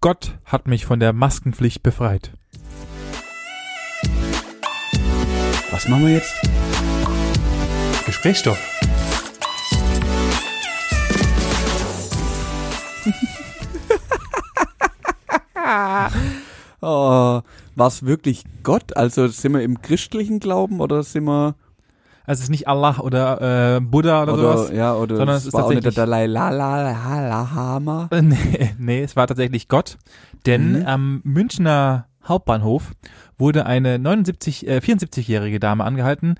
Gott hat mich von der Maskenpflicht befreit. Was machen wir jetzt? Gesprächsstoff. Oh, war es wirklich Gott? Also sind wir im christlichen Glauben oder sind wir Also es ist nicht Allah oder äh, Buddha oder, sowas. ja oder sondern es ist war auch nicht der tatsächlich- Dalai Lala Lala Hama? Äh, Nee, nee, es war tatsächlich Gott, denn Mhm. am Münchner Hauptbahnhof wurde eine 79, äh, 74-jährige Dame angehalten,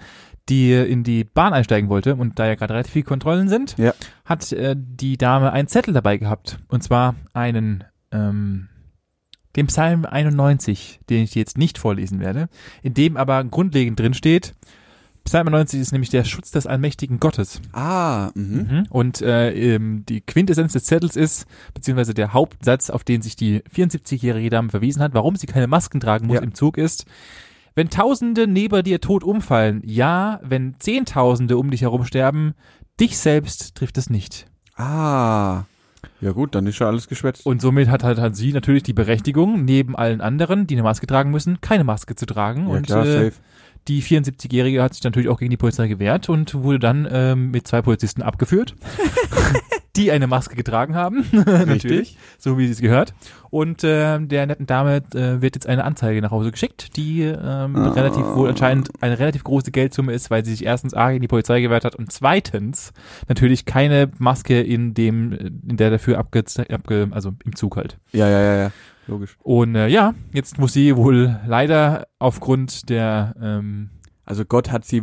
die in die Bahn einsteigen wollte und da ja gerade relativ viele Kontrollen sind, Ja. hat äh, die Dame einen Zettel dabei gehabt und zwar einen, ähm, dem Psalm 91, den ich jetzt nicht vorlesen werde, in dem aber grundlegend drin steht, Psalm 91 ist nämlich der Schutz des allmächtigen Gottes. Ah, mhm. Mhm. Und äh, ähm, die Quintessenz des Zettels ist, beziehungsweise der Hauptsatz, auf den sich die 74-jährige Dame verwiesen hat, warum sie keine Masken tragen muss Ja. im Zug ist, wenn Tausende neben dir tot umfallen, ja, wenn Zehntausende um dich herum sterben, dich selbst trifft es nicht. ah. Ja gut, dann ist ja alles geschwätzt. Und somit hat halt, hat sie natürlich die Berechtigung, neben allen anderen, die eine Maske tragen müssen, keine Maske zu tragen. ja und klar, äh, safe. die 74-Jährige hat sich natürlich auch gegen die Polizei gewehrt und wurde dann ähm, mit zwei Polizisten abgeführt, die eine Maske getragen haben, natürlich, so wie sie es gehört. Und ähm, der netten Dame äh, wird jetzt eine Anzeige nach Hause geschickt, die ähm, Ah. relativ wohl anscheinend eine relativ große Geldsumme ist, weil sie sich erstens A gegen die Polizei gewehrt hat und zweitens natürlich keine Maske in dem, in der dafür abge, abge also im Zug halt. Ja, ja, ja, ja. Logisch. Und äh, ja, jetzt muss sie wohl leider aufgrund der ähm, Also Gott hat sie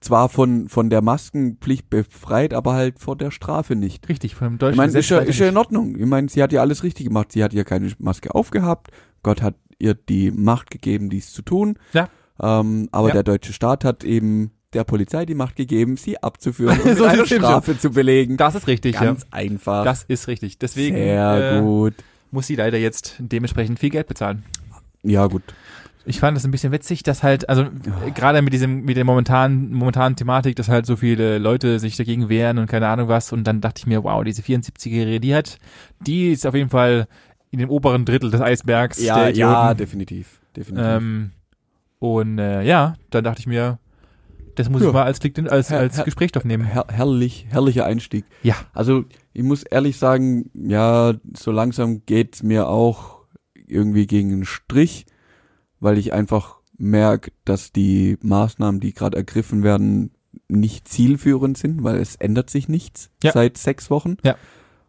zwar von von der Maskenpflicht befreit, aber halt vor der Strafe nicht. Richtig, von dem Ich deutschen meine, ist ja, leider ist ja nicht. in Ordnung. Ich meine, sie hat ja alles richtig gemacht. Sie hat ja keine Maske aufgehabt. Gott hat ihr die Macht gegeben, dies zu tun. Ja. Ähm, aber Ja. der deutsche Staat hat eben der Polizei die Macht gegeben, sie abzuführen und mit So einer sieht's eben schon. Strafe zu belegen. Das ist richtig, Ganz ja. einfach. Das ist richtig. Deswegen Sehr äh, gut. muss sie leider jetzt dementsprechend viel Geld bezahlen. Ja, gut. Ich fand das ein bisschen witzig, dass halt, also Ah. äh, gerade mit diesem, mit der momentanen, momentanen Thematik, dass halt so viele Leute sich dagegen wehren und keine Ahnung was. Und dann dachte ich mir, wow, diese 74-Jährige, die hat, die ist auf jeden Fall in dem oberen Drittel des Eisbergs. Ja, der ja, Idioten. definitiv. definitiv. ähm, und äh, ja, dann dachte ich mir, das muss Ja. ich mal als, LinkedIn- als, Herr- als Herr- Gesprächsstoff nehmen. Herr, herrlich, herrlicher Einstieg. Ja. Also ich muss ehrlich sagen, ja, so langsam geht's mir auch irgendwie gegen den Strich, weil ich einfach merke, dass die Maßnahmen, die gerade ergriffen werden, nicht zielführend sind, weil es ändert sich nichts Ja. seit sechs Wochen. Ja.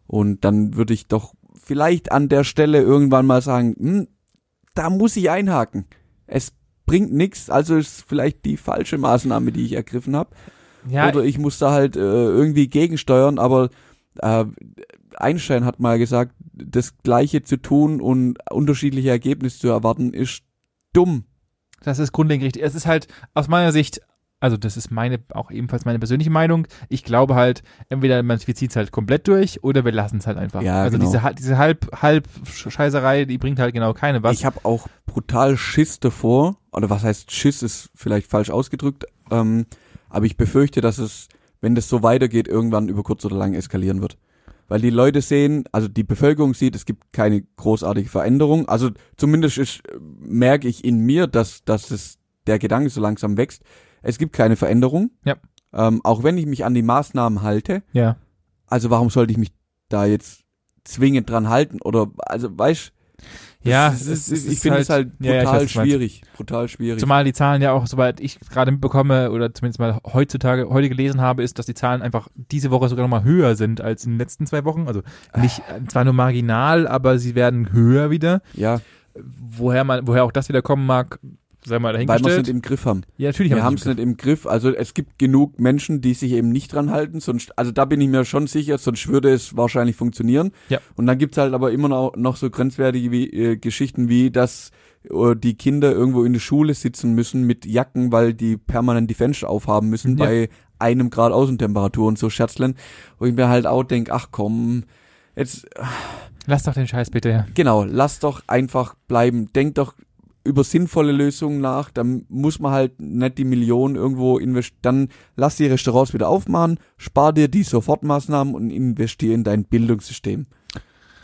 Und dann würde ich doch vielleicht an der Stelle irgendwann mal sagen, hm, da muss ich einhaken. Es bringt nichts, also ist vielleicht die falsche Maßnahme, die ich ergriffen habe Ja, oder ich muss da halt äh, irgendwie gegensteuern, aber äh, Einstein hat mal gesagt, das Gleiche zu tun und unterschiedliche Ergebnisse zu erwarten, ist dumm. Das ist grundlegend richtig. Es ist halt aus meiner Sicht, also das ist meine, auch ebenfalls meine persönliche Meinung. Ich glaube halt, entweder man wir zieht es halt komplett durch oder wir lassen es halt einfach. Ja, also genau. diese, Ha- diese halb, halb Scheißerei, die bringt halt genau keine was. Ich habe auch brutal Schiss davor, oder was heißt Schiss, ist vielleicht falsch ausgedrückt, ähm, aber ich befürchte, dass es, wenn das so weitergeht, irgendwann über kurz oder lang eskalieren wird. Weil die Leute sehen, also die Bevölkerung sieht, es gibt keine großartige Veränderung. Also zumindest ist, merke ich in mir, dass, dass es der Gedanke so langsam wächst. Es gibt keine Veränderung. Ja. Ähm, auch wenn ich mich an die Maßnahmen halte, ja. also warum sollte ich mich da jetzt zwingend dran halten? Oder also weißt das Ja, ist, es- es es ist, ich ist finde es halt- halt ja, ja, ich weiß, brutal was du meinst. schwierig. Brutal schwierig. Zumal die Zahlen ja auch, soweit ich gerade mitbekomme oder zumindest mal heutzutage, heute gelesen habe, ist, dass die Zahlen einfach diese Woche sogar nochmal höher sind als in den letzten zwei Wochen. Also nicht, zwar nur marginal, aber sie werden höher wieder. ja, Woher man, woher auch das wieder kommen mag, sei mal weil wir es dahingestellt. nicht im Griff haben. ja, natürlich Wir haben haben es nicht im Griff. Also es gibt genug Menschen, die sich eben nicht dran halten. Sonst, also da bin ich mir schon sicher, sonst würde es wahrscheinlich funktionieren. Ja. Und dann gibt's halt aber immer noch, noch so grenzwertige wie, äh, Geschichten wie, dass äh, die Kinder irgendwo in der Schule sitzen müssen mit Jacken, weil die permanent die Fenster aufhaben müssen Ja. bei einem Grad Außentemperatur und so Scherzlen. Wo ich mir halt auch denk, ach komm, jetzt Lass doch den Scheiß bitte. Genau, lass doch einfach bleiben. Denk doch über sinnvolle Lösungen nach. Dann muss man halt nicht die Millionen irgendwo investieren. Dann lass die Restaurants wieder aufmachen, spar dir die Sofortmaßnahmen und investier in dein Bildungssystem.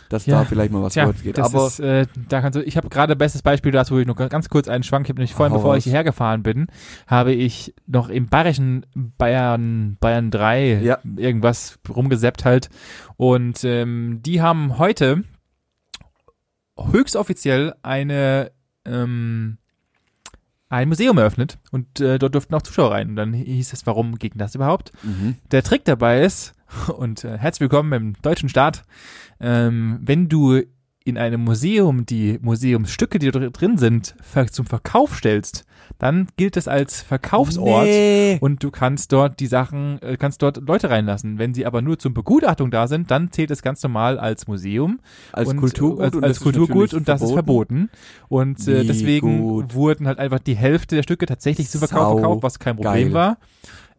dass Ja. da vielleicht mal was Tja, vorwärts geht. das Aber ist, äh, da kannst du, ich habe gerade bestes Beispiel dazu, wo ich noch ga- ganz kurz einen Schwank, ich habe nämlich vorhin, Hau bevor ich raus. hierher gefahren bin, habe ich noch im bayerischen Bayern, Bayern 3 Ja. irgendwas rumgeseppt halt und ähm, die haben heute höchstoffiziell eine, ähm, ein Museum eröffnet und äh, dort durften auch Zuschauer rein und dann hieß es, warum gegen das überhaupt? mhm. Der Trick dabei ist, und äh, herzlich willkommen im deutschen Staat, ähm, wenn du in einem Museum die Museumsstücke, die dr- drin sind, ver zum Verkauf stellst, dann gilt es als Verkaufsort. Nee. Und du kannst dort die Sachen, äh, kannst dort Leute reinlassen. Wenn sie aber nur zur Begutachtung da sind, dann zählt es ganz normal als Museum als und, Kulturgut als, und als das ist Kulturgut natürlich und das ist verboten. Und äh, Wie deswegen gut. wurden halt einfach die Hälfte der Stücke tatsächlich zu Verkauf Sau verkauft, was kein Problem geil. war.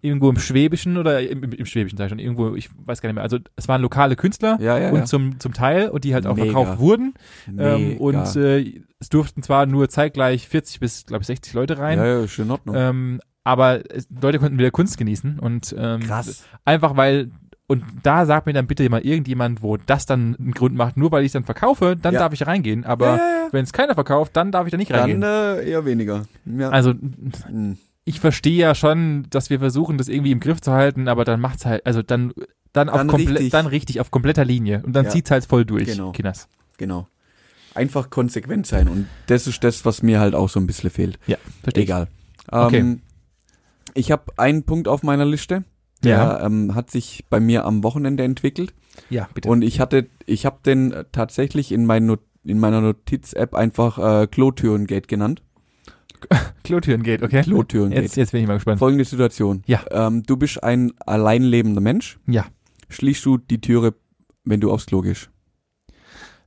Irgendwo im Schwäbischen oder im, im, im Schwäbischen, sag ich schon, irgendwo, ich weiß gar nicht mehr. Also es waren lokale Künstler Ja, ja, und ja. Zum, zum Teil und die halt auch Mega. verkauft wurden. Ähm, Mega. und äh, es durften zwar nur zeitgleich 40 bis, glaube ich, 60 Leute rein. ja, ja, ist in Ordnung. Ähm, aber es, Leute konnten wieder Kunst genießen und ähm, Krass. Einfach weil, und da sagt mir dann bitte mal irgendjemand, wo das dann einen Grund macht, nur weil ich es dann verkaufe, dann Ja. darf ich reingehen. Aber wenn es keiner verkauft, dann darf ich da nicht Dann reingehen. äh, eher weniger. Ja. also Mhm. ich verstehe ja schon, dass wir versuchen, das irgendwie im Griff zu halten, aber dann macht's halt, also dann dann, auf Dann komple- richtig. dann richtig auf kompletter Linie und dann Ja. zieht's halt voll durch, Genau. Kinders. Genau. Einfach konsequent sein. Und das ist das, was mir halt auch so ein bisschen fehlt. Ja, verstehe. Egal. Okay. Ähm, ich habe einen Punkt auf meiner Liste. ich. Ja, Der ähm, hat sich bei mir am Wochenende entwickelt. ja, bitte. Und ich hatte, ich habe den äh, tatsächlich in, mein Not in meiner Notiz-App einfach äh, Klotürengate genannt. Klotüren geht, okay? Klotürengate. Jetzt, jetzt bin ich mal gespannt. Folgende Situation. Ja. Ähm, du bist ein allein lebender Mensch. Ja. Schließt du die Türe, wenn du aufs Klo gehst.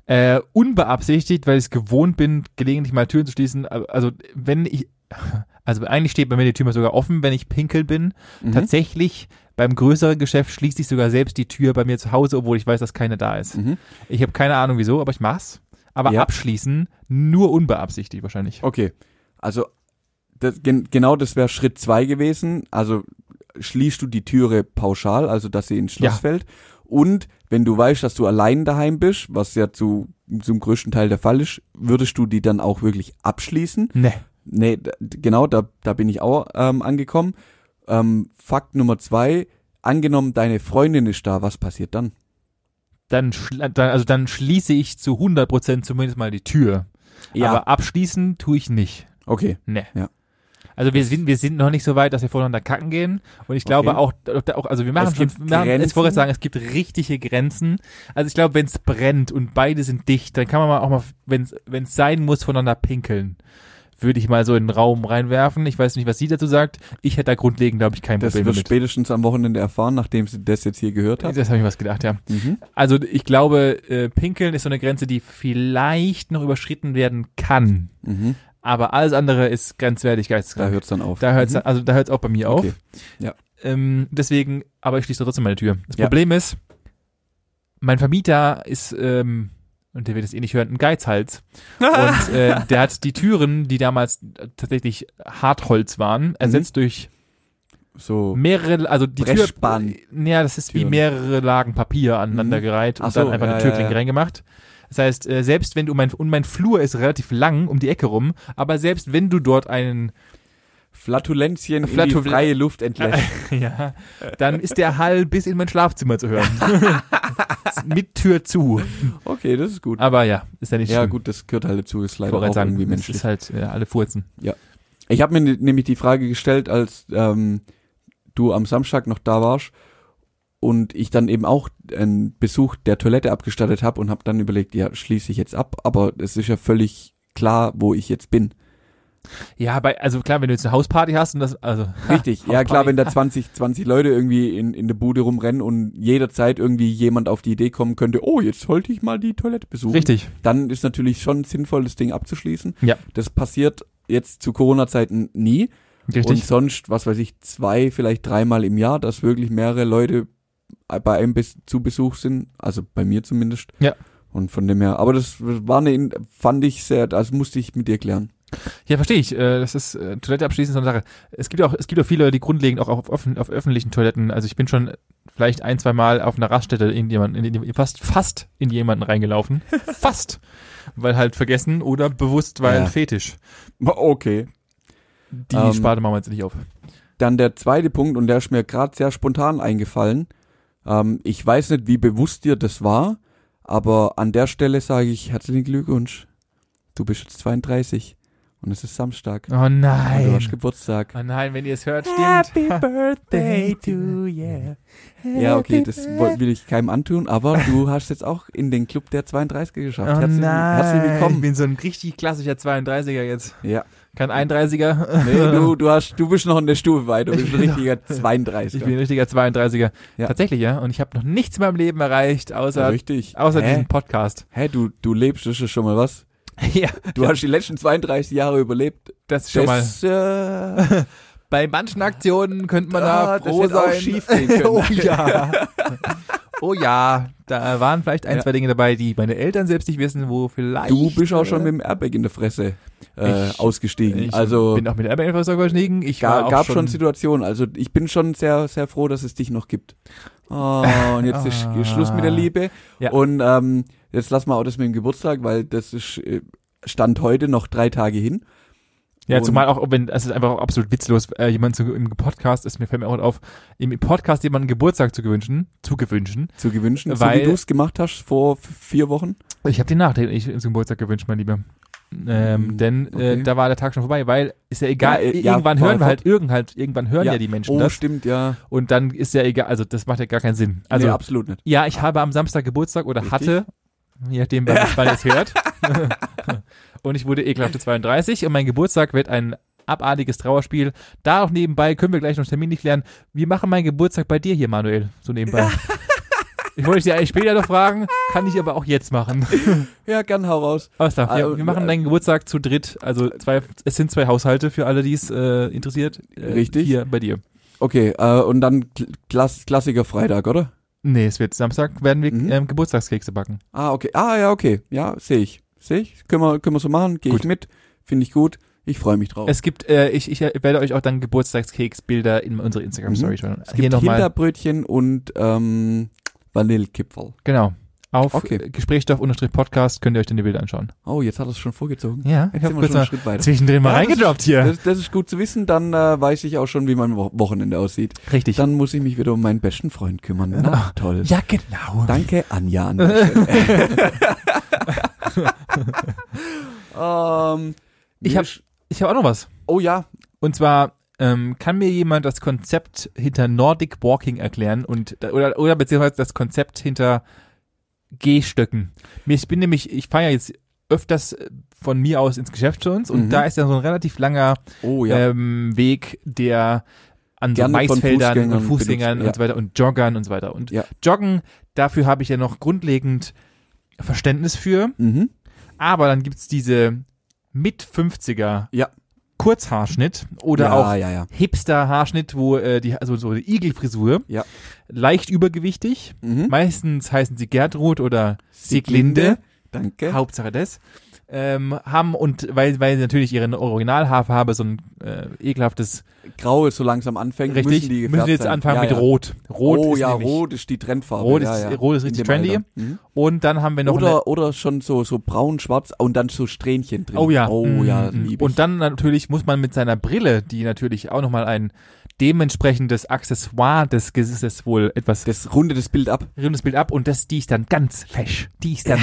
Äh, unbeabsichtigt, weil ich es gewohnt bin, gelegentlich mal Türen zu schließen. Aber- Also wenn ich, also eigentlich steht bei mir die Tür mal sogar offen, wenn ich pinkel bin. Mhm. Tatsächlich beim größeren Geschäft schließe ich sogar selbst die Tür bei mir zu Hause, obwohl ich weiß, dass keiner da ist. Mhm. Ich habe keine Ahnung wieso, aber ich mach's. Aber Ja. Oh. abschließen nur unbeabsichtigt wahrscheinlich. Okay, also das, gen, genau das wäre Schritt zwei gewesen. Also schließt du die Türe pauschal, also dass sie ins Schloss Ja. fällt. Und wenn du weißt, dass du allein daheim bist, was ja zu, zum größten Teil der Fall ist, würdest du die dann auch wirklich abschließen? Nee. Nee, d- genau, da, da bin ich auch ähm, angekommen. Ähm, Fakt Nummer zwei, angenommen, deine Freundin ist da, was passiert dann? Dann, schla- dann, also dann schließe ich zu 100% zumindest mal die Tür. Aber abschließen tue ich nicht. okay. Nee. Ja. Also wir sind, wir sind noch nicht so weit, dass wir voneinander kacken gehen. Und ich glaube Okay. auch, da- auch, also wir machen Es schon, gibt wir machen, Grenzen. ich wollte sagen, es gibt richtige Grenzen. Also ich glaube, wenn es brennt und beide sind dicht, dann kann man mal auch mal, wenn es sein muss, voneinander pinkeln. Würde ich mal so in den Raum reinwerfen. Ich weiß nicht, was sie dazu sagt. Ich hätte da grundlegend, glaube ich, kein Das Problem wird mit. spätestens am Wochenende erfahren, nachdem sie das jetzt hier gehört hat. Das habe ich was gedacht, ja. Mhm. Also ich glaube, äh, pinkeln ist so eine Grenze, die vielleicht noch überschritten werden kann. Mhm. Aber alles andere ist grenzwertig, Da geisteskrank. hört's dann auf. Da hört's, Mhm. also da hört's auch bei mir Okay. auf. Ja. Ähm, deswegen, aber ich schließe trotzdem meine Tür. Das Ja. Problem ist, mein Vermieter ist, ähm, und der wird es eh nicht hören, ein Geizhals. Und äh, der hat die Türen, die damals tatsächlich Hartholz waren, Mhm. ersetzt durch So. mehrere, also die Pressspann. Tür. Naja, das ist wie Oh. Türen. Mhm. mehrere Lagen Papier aneinandergereiht Ach und so, dann einfach ja, eine Türklinke ja, ja. reingemacht. Das heißt, äh, selbst wenn du mein, und mein Flur ist relativ lang um die Ecke rum, aber selbst wenn du dort einen Flatulenzien in Flatulen- die freie Luft entlässt. Ja, dann ist der Hall bis in mein Schlafzimmer zu hören. Mit Tür zu. Okay, das ist gut. Aber ja, ist ja nicht Ah, Ja schlimm. gut, das gehört halt dazu, ist ich leider wollte gerade auch sagen, irgendwie es menschlich. ist halt äh, alle furzen. Ich habe mir ne- nämlich die Frage gestellt, als ähm, du am Samstag noch da warst und ich dann eben auch einen Besuch der Toilette abgestattet habe und habe dann überlegt, ja, schließe ich jetzt ab, aber es ist ja völlig klar, wo ich jetzt bin. Ja, bei, also klar, wenn du jetzt eine Hausparty hast und das, also. Richtig, ja Hausparty. klar, wenn da 20, 20 Leute irgendwie in, in der Bude rumrennen und jederzeit irgendwie jemand auf die Idee kommen könnte, oh, jetzt sollte ich mal die Toilette besuchen. Richtig. dann ist natürlich schon sinnvoll, das Ding abzuschließen. Ja. Das passiert jetzt zu Corona-Zeiten nie. Und Richtig. sonst, was weiß ich, zwei, vielleicht dreimal im Jahr, dass wirklich mehrere Leute bei einem bis zu Besuch sind. Also bei mir zumindest. Ja. Und von dem her, aber das war eine, In- fand ich sehr, das musste ich mit dir klären. Ja, verstehe ich. Äh, Das ist äh, Toilette abschließend so eine Sache. Es gibt ja auch, es gibt auch viele, Leute, die grundlegend auch auf, offen, auf öffentlichen Toiletten, also ich bin schon vielleicht ein, zwei Mal auf einer Raststätte in jemanden, in, in, fast, fast in jemanden reingelaufen. fast. Weil halt vergessen oder bewusst, weil Ja. Fetisch. Okay. Die Ähm, Sparte machen wir jetzt nicht auf. Dann der zweite Punkt, und der ist mir gerade sehr spontan eingefallen. Ähm, ich weiß nicht, wie bewusst dir das war, aber an der Stelle sage ich herzlichen Glückwunsch. Du bist jetzt 32 und es ist Samstag. Oh Und du hast nein. Geburtstag. Oh nein, wenn ihr es hört, stimmt. birthday to you. Ja, okay, das woll- will ich keinem antun, aber du hast jetzt auch in den Club der 32 geschafft. Oh herzlich, nein. herzlich Ich willkommen. bin so ein richtig klassischer 32er jetzt. Ja. Kein 31er. Nee, du, du, hast, du bist noch eine Stufe weiter, du Ich bist ein bin noch- richtiger 32. Ich bin ein richtiger 32er. Ja. Tatsächlich, ja. Und ich habe noch nichts in meinem Leben erreicht, ja, außer, richtig. außer Hä? diesem Podcast. Hä, du, du lebst, das ist schon mal was. ja, Du hast die letzten 32 Jahre überlebt. das ist schon mal. das, mal. Äh, Bei manchen Aktionen könnte man da ah, das froh hätte auch sein. schief gehen können. oh ja. Oh ja, da waren vielleicht ein, Ja. zwei Dinge dabei, die meine Eltern selbst nicht wissen, wo vielleicht. Du bist auch schon mit dem Airbag in der Fresse äh, Ich- ausgestiegen. Ich also bin auch mit Airbag Infrastructure gestiegen. Ich war ga, auch gab schon, Situationen. Also ich bin schon sehr, sehr froh, dass es dich noch gibt. Oh, und jetzt ist Ah. Schluss mit der Liebe. Ja. Und ähm, jetzt lass mal auch das mit dem Geburtstag, weil das ist äh, Stand heute noch drei Tage hin. Ja, zumal auch, wenn, es ist einfach auch absolut witzlos, äh, jemand zu, im Podcast, ist mir fällt mir auch auf, im Podcast jemanden Geburtstag zu gewünschen, zu gewünschen. Zu gewünschen, so Weil- wie du es gemacht hast vor f- vier Wochen. Ich habe den nach den ich zum Geburtstag gewünscht, mein Lieber. Ähm, Mm, denn äh, okay. da war der Tag schon vorbei, weil ist ja egal, Ja, äh, i- ja, irgendwann war hören wir fort. halt, irgend, halt, irgendwann hören ja, Ja. die Menschen Oh, das stimmt, ja. und dann ist ja egal, also das macht ja gar keinen Sinn. Also nee, absolut nicht. ja, ich habe am Samstag Geburtag oder Richtig. hatte, je nachdem, wann wann ihr es hört. und ich wurde ekelhafte 32 und mein Geburtstag wird ein abartiges Trauerspiel. Da auch nebenbei können wir gleich noch einen Termin nicht klären. Wir machen meinen Geburtstag bei dir hier, Manuel, so nebenbei. ich wollte dich ja eigentlich später noch fragen, kann ich aber auch jetzt machen. Ja, gern hau raus. Alles klar, wir, Also, wir machen äh, deinen Geburtstag zu dritt. Also zwei, es sind zwei Haushalte für alle, die es äh, interessiert. Äh, Richtig. Hier bei dir. Okay, äh, und dann Kl Klass Klassiker Freitag, oder? Nee, es wird Samstag, werden wir Mhm. ähm, Geburtstagskekse backen. Ah, okay. Ah, ja, okay. Ja, sehe ich. Sehe ich. Können wir, können wir so machen. Gehe Gut. ich mit. Finde ich gut. Ich freue mich drauf. Es gibt, äh, ich, ich äh, werde euch auch dann Geburtstagskeksbilder in unsere Instagram-Story Mhm. schauen. Es Hier gibt nochmal, Hinterbrötchen und ähm, Vanillekipferl. genau. Auf Okay. äh, Gesprächsstoff-Podcast könnt ihr euch dann die Bilder anschauen. Oh, jetzt hat er es schon vorgezogen. Ja, ich Jetzt habe sind wir kurz schon einen mal Schritt weiter. zwischendrin mal Ja, das- reingedroppt hier. Das, das ist gut zu wissen. Dann äh, weiß ich auch schon, wie mein Wo Wochenende aussieht. Richtig. Dann muss ich mich wieder um meinen besten Freund kümmern. Na, toll. ja, genau. Danke, Anja. An der Stelle. ähm, Ich hab- Ich habe auch noch was. Oh ja, Und zwar ähm, kann mir jemand das Konzept hinter Nordic Walking erklären und oder oder beziehungsweise das Konzept hinter Gehstöcken. Mir- Ich bin nämlich, ich fahre ja jetzt öfters äh, von mir aus ins Geschäft zu uns und Mhm. da ist ja so ein relativ langer Oh ja. ähm, Weg, der an so Gerne von Maisfeldern Fußgängern und Fußgängern benutzt, ja. und so weiter und Joggern und so weiter. Und Ja. Joggen, dafür habe ich ja noch grundlegend Verständnis für. mhm. Aber dann gibt's diese Mit-50er Ja. Kurzhaarschnitt oder ja, auch ja, ja. Hipster-Haarschnitt, wo äh, die, also so eine Igelfrisur, Ja. leicht übergewichtig. Mhm. Meistens heißen sie Gertrud oder Sieglinde, Danke. Hauptsache das. Ähm, haben und weil, weil sie natürlich ihre Originalhaarfarbe so ein äh, ekelhaftes Grau ist so langsam anfängt. Richtig, Müssen, müssen, die wir gefärbt jetzt sein. anfangen ja, mit ja. Rot. Rot oh ist ja, nämlich, rot ist die Trendfarbe. Rot ja, ist- ja. Rot ist In richtig dem trendy. Alter. Mhm. Und dann haben wir noch eine, Oder, oder schon so, so braun-schwarz und dann so Strähnchen drin. oh ja, Oh mm, ja, mm. lieb ich. und dann natürlich muss man mit seiner Brille, die natürlich auch nochmal ein dementsprechendes Accessoire des Gesichtes wohl etwas das rundet das Bild ab. rundes Bild ab und das die ist dann ganz fesch. Die ist dann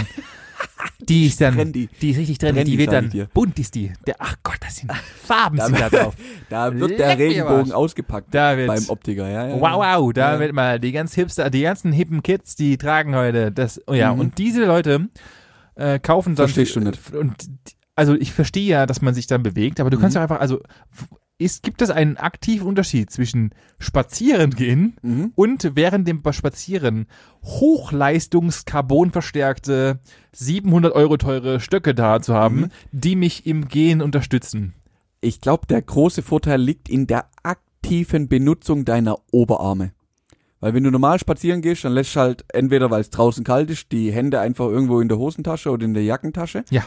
die ist dann Trendy. die ist richtig trendy, die Trendy, wird sag dann ich dir. bunt ist die. Der, ach Gott, das sind Farben sind da drauf. Da wird Leck der mir was. Regenbogen ausgepackt Da wird beim Optiker. Ja, ja. Wow, wow, da Ja. wird mal die ganz hipster, die ganzen hippen Kids, die tragen heute das. Oh ja, Mhm. und diese Leute äh, kaufen dann. Verstehst du nicht. Und die- also ich verstehe ja, dass man sich dann bewegt, aber du kannst Mhm. ja einfach, also ist, gibt es einen aktiven Unterschied zwischen spazieren gehen Mhm. und während dem Spazieren hochleistungskarbonverstärkte 700 Euro teure Stöcke da zu haben, Mhm. die mich im Gehen unterstützen. Ich glaube, der große Vorteil liegt in der aktiven Benutzung deiner Oberarme. Weil wenn du normal spazieren gehst, dann lässt du halt entweder, weil es draußen kalt ist, die Hände einfach irgendwo in der Hosentasche oder in der Jackentasche. Ja.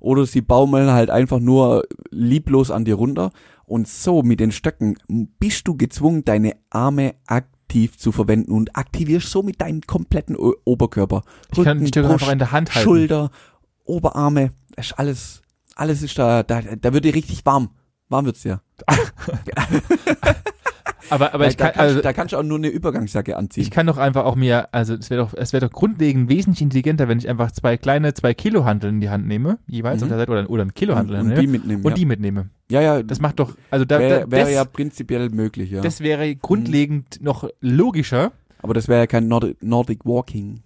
Oder sie baumeln halt einfach nur lieblos an dir runter. Und so mit den Stöcken bist du gezwungen, deine Arme aktiv aktiv zu verwenden und aktivierst somit deinen kompletten o Oberkörper. Ich kann den Stöcker einfach in der Hand halten. Schulter, Oberarme, das ist alles, alles ist da, da, da wird dir richtig warm. Warm wird's ja. Aber, aber Weil ich da, kann, kannst, also, da kannst du auch nur eine Übergangsjacke anziehen. ich kann doch einfach auch mir, also es wäre doch, es wäre doch grundlegend wesentlich intelligenter, wenn ich einfach zwei kleine, zwei Kilo Handeln in die Hand nehme, jeweils Mhm. auf der Seite oder, oder ein Kilo Handeln und, und die nehme mitnehmen. ne? und ja. die mitnehme. ja, ja, Das macht doch, also da, wäre da, wär das, ja prinzipiell möglich, ja. Mhm. das wäre grundlegend noch logischer. Aber das wäre ja kein Nordic, Nordic Walking.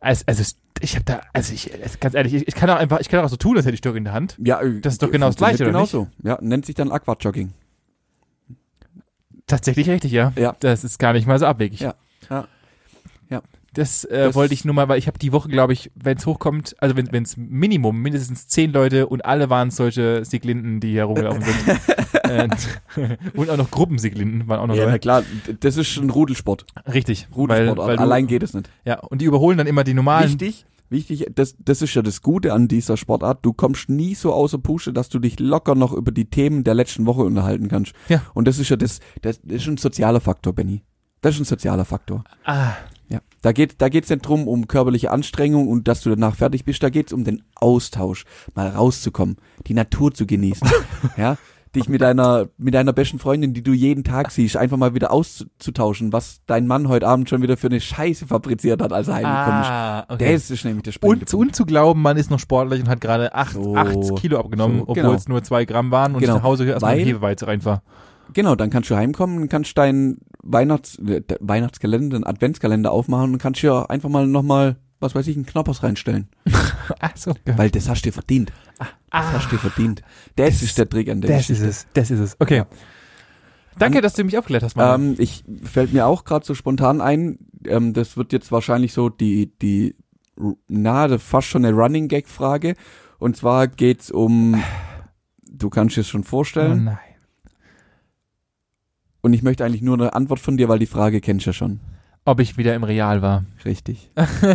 Als, also es- ich habe da, also ich, also ganz ehrlich, ich, ich kann auch einfach, ich kann auch so tun, als hätte ich Stöcke in der Hand. Ja, äh, Das ist doch genau das funktioniert Gleiche, oder genauso. Ja, nennt sich dann Aquajogging. Tatsächlich richtig, ja. Ja. Das ist gar nicht mal so abwegig. Ja. Ja. Ja. Das, äh, Das- wollte ich nur mal, weil ich habe die Woche, glaube ich, wenn es hochkommt, also wenn es Minimum, mindestens zehn Leute und alle waren solche Sieglinden, die hier rumgelaufen sind. Äh, und auch noch Gruppensieglinden waren auch noch Ja, na dabei. klar, d- das ist ein Rudelsport. Richtig. Rudelsport, weil, weil du, allein geht es nicht. Ja, und die überholen dann immer die normalen. Wichtig, wichtig, das, das ist ja das Gute an dieser Sportart. Du kommst nie so außer Puste, dass du dich locker noch über die Themen der letzten Woche unterhalten kannst. Ja. Und das ist ja das, das ist ein sozialer Faktor, Benny. Das ist ein sozialer Faktor. Ah, Ja. Da geht, da geht's nicht drum um körperliche Anstrengung und dass du danach fertig bist. Da geht's um den Austausch, mal rauszukommen, die Natur zu genießen, ja. Dich mit deiner, mit deiner besten Freundin, die du jeden Tag siehst, einfach mal wieder auszutauschen, was dein Mann heute Abend schon wieder für eine Scheiße fabriziert hat, als er heimgekommen ist. ah, okay. Das ist nämlich der springende Und, und zu glauben, man ist noch sportlich und hat gerade acht So. acht Kilo abgenommen, So, genau. obwohl es nur zwei Gramm waren und Genau. ich nach Hause erstmal Weil- in die Hefeweize rein war. Genau, dann kannst du heimkommen, kannst deinen Weihnachts äh, de- Weihnachtskalender, den Adventskalender aufmachen und kannst dir einfach mal nochmal, was weiß ich, einen Knoppers reinstellen. Ach so, Weil das hast du dir verdient. Das ah, hast du dir verdient. Das, das- ist der Trick an der das Geschichte. ist es, das ist es. Okay. Danke, dass du mich aufgeklärt hast, Mann. Ähm, ich fällt mir auch gerade so spontan ein, ähm, das wird jetzt wahrscheinlich so die, die r- na, das ist fast schon eine Running Gag-Frage. Und zwar geht's um, du kannst dir es schon oh vorstellen, nein. und ich möchte eigentlich nur eine Antwort von dir, weil die Frage kennst du ja schon. Ob ich wieder im Real war. Richtig.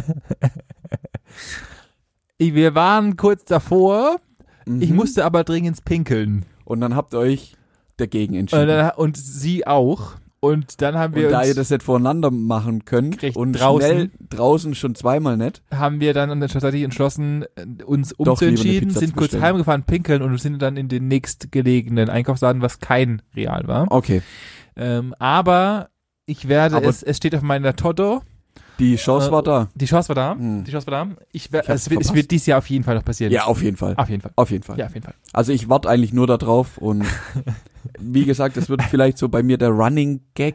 Ich- Wir waren kurz davor, ich Mhm. musste aber dringend pinkeln. Und dann habt ihr euch dagegen entschieden. Und, dann, und sie auch. Und dann haben Äh, und wir, da ihr uns, das nicht voreinander machen könnt Kriegt und draußen. schnell draußen schon zweimal nicht, haben wir dann tatsächlich entschlossen, äh, uns lieber eine umzuentschieden, Pizza sind zu kurz bestellen. heimgefahren, pinkeln und sind dann in den nächstgelegenen Einkaufsladen, was kein Real war. okay, Ähm, aber ich werde, Aber- es, es steht auf meiner Toto, die Chance Äh, war da. die Chance war da, Hm. die Chance war da. Ich wer, Ich hab's es, wird, es verpasst. wird dieses Jahr auf jeden Fall noch passieren. Ja, auf jeden Fall. Auf jeden Fall. Auf jeden Fall. Ah. Ja, auf jeden Fall. Also ich warte eigentlich nur darauf und wie gesagt, es wird vielleicht so bei mir der Running Gag.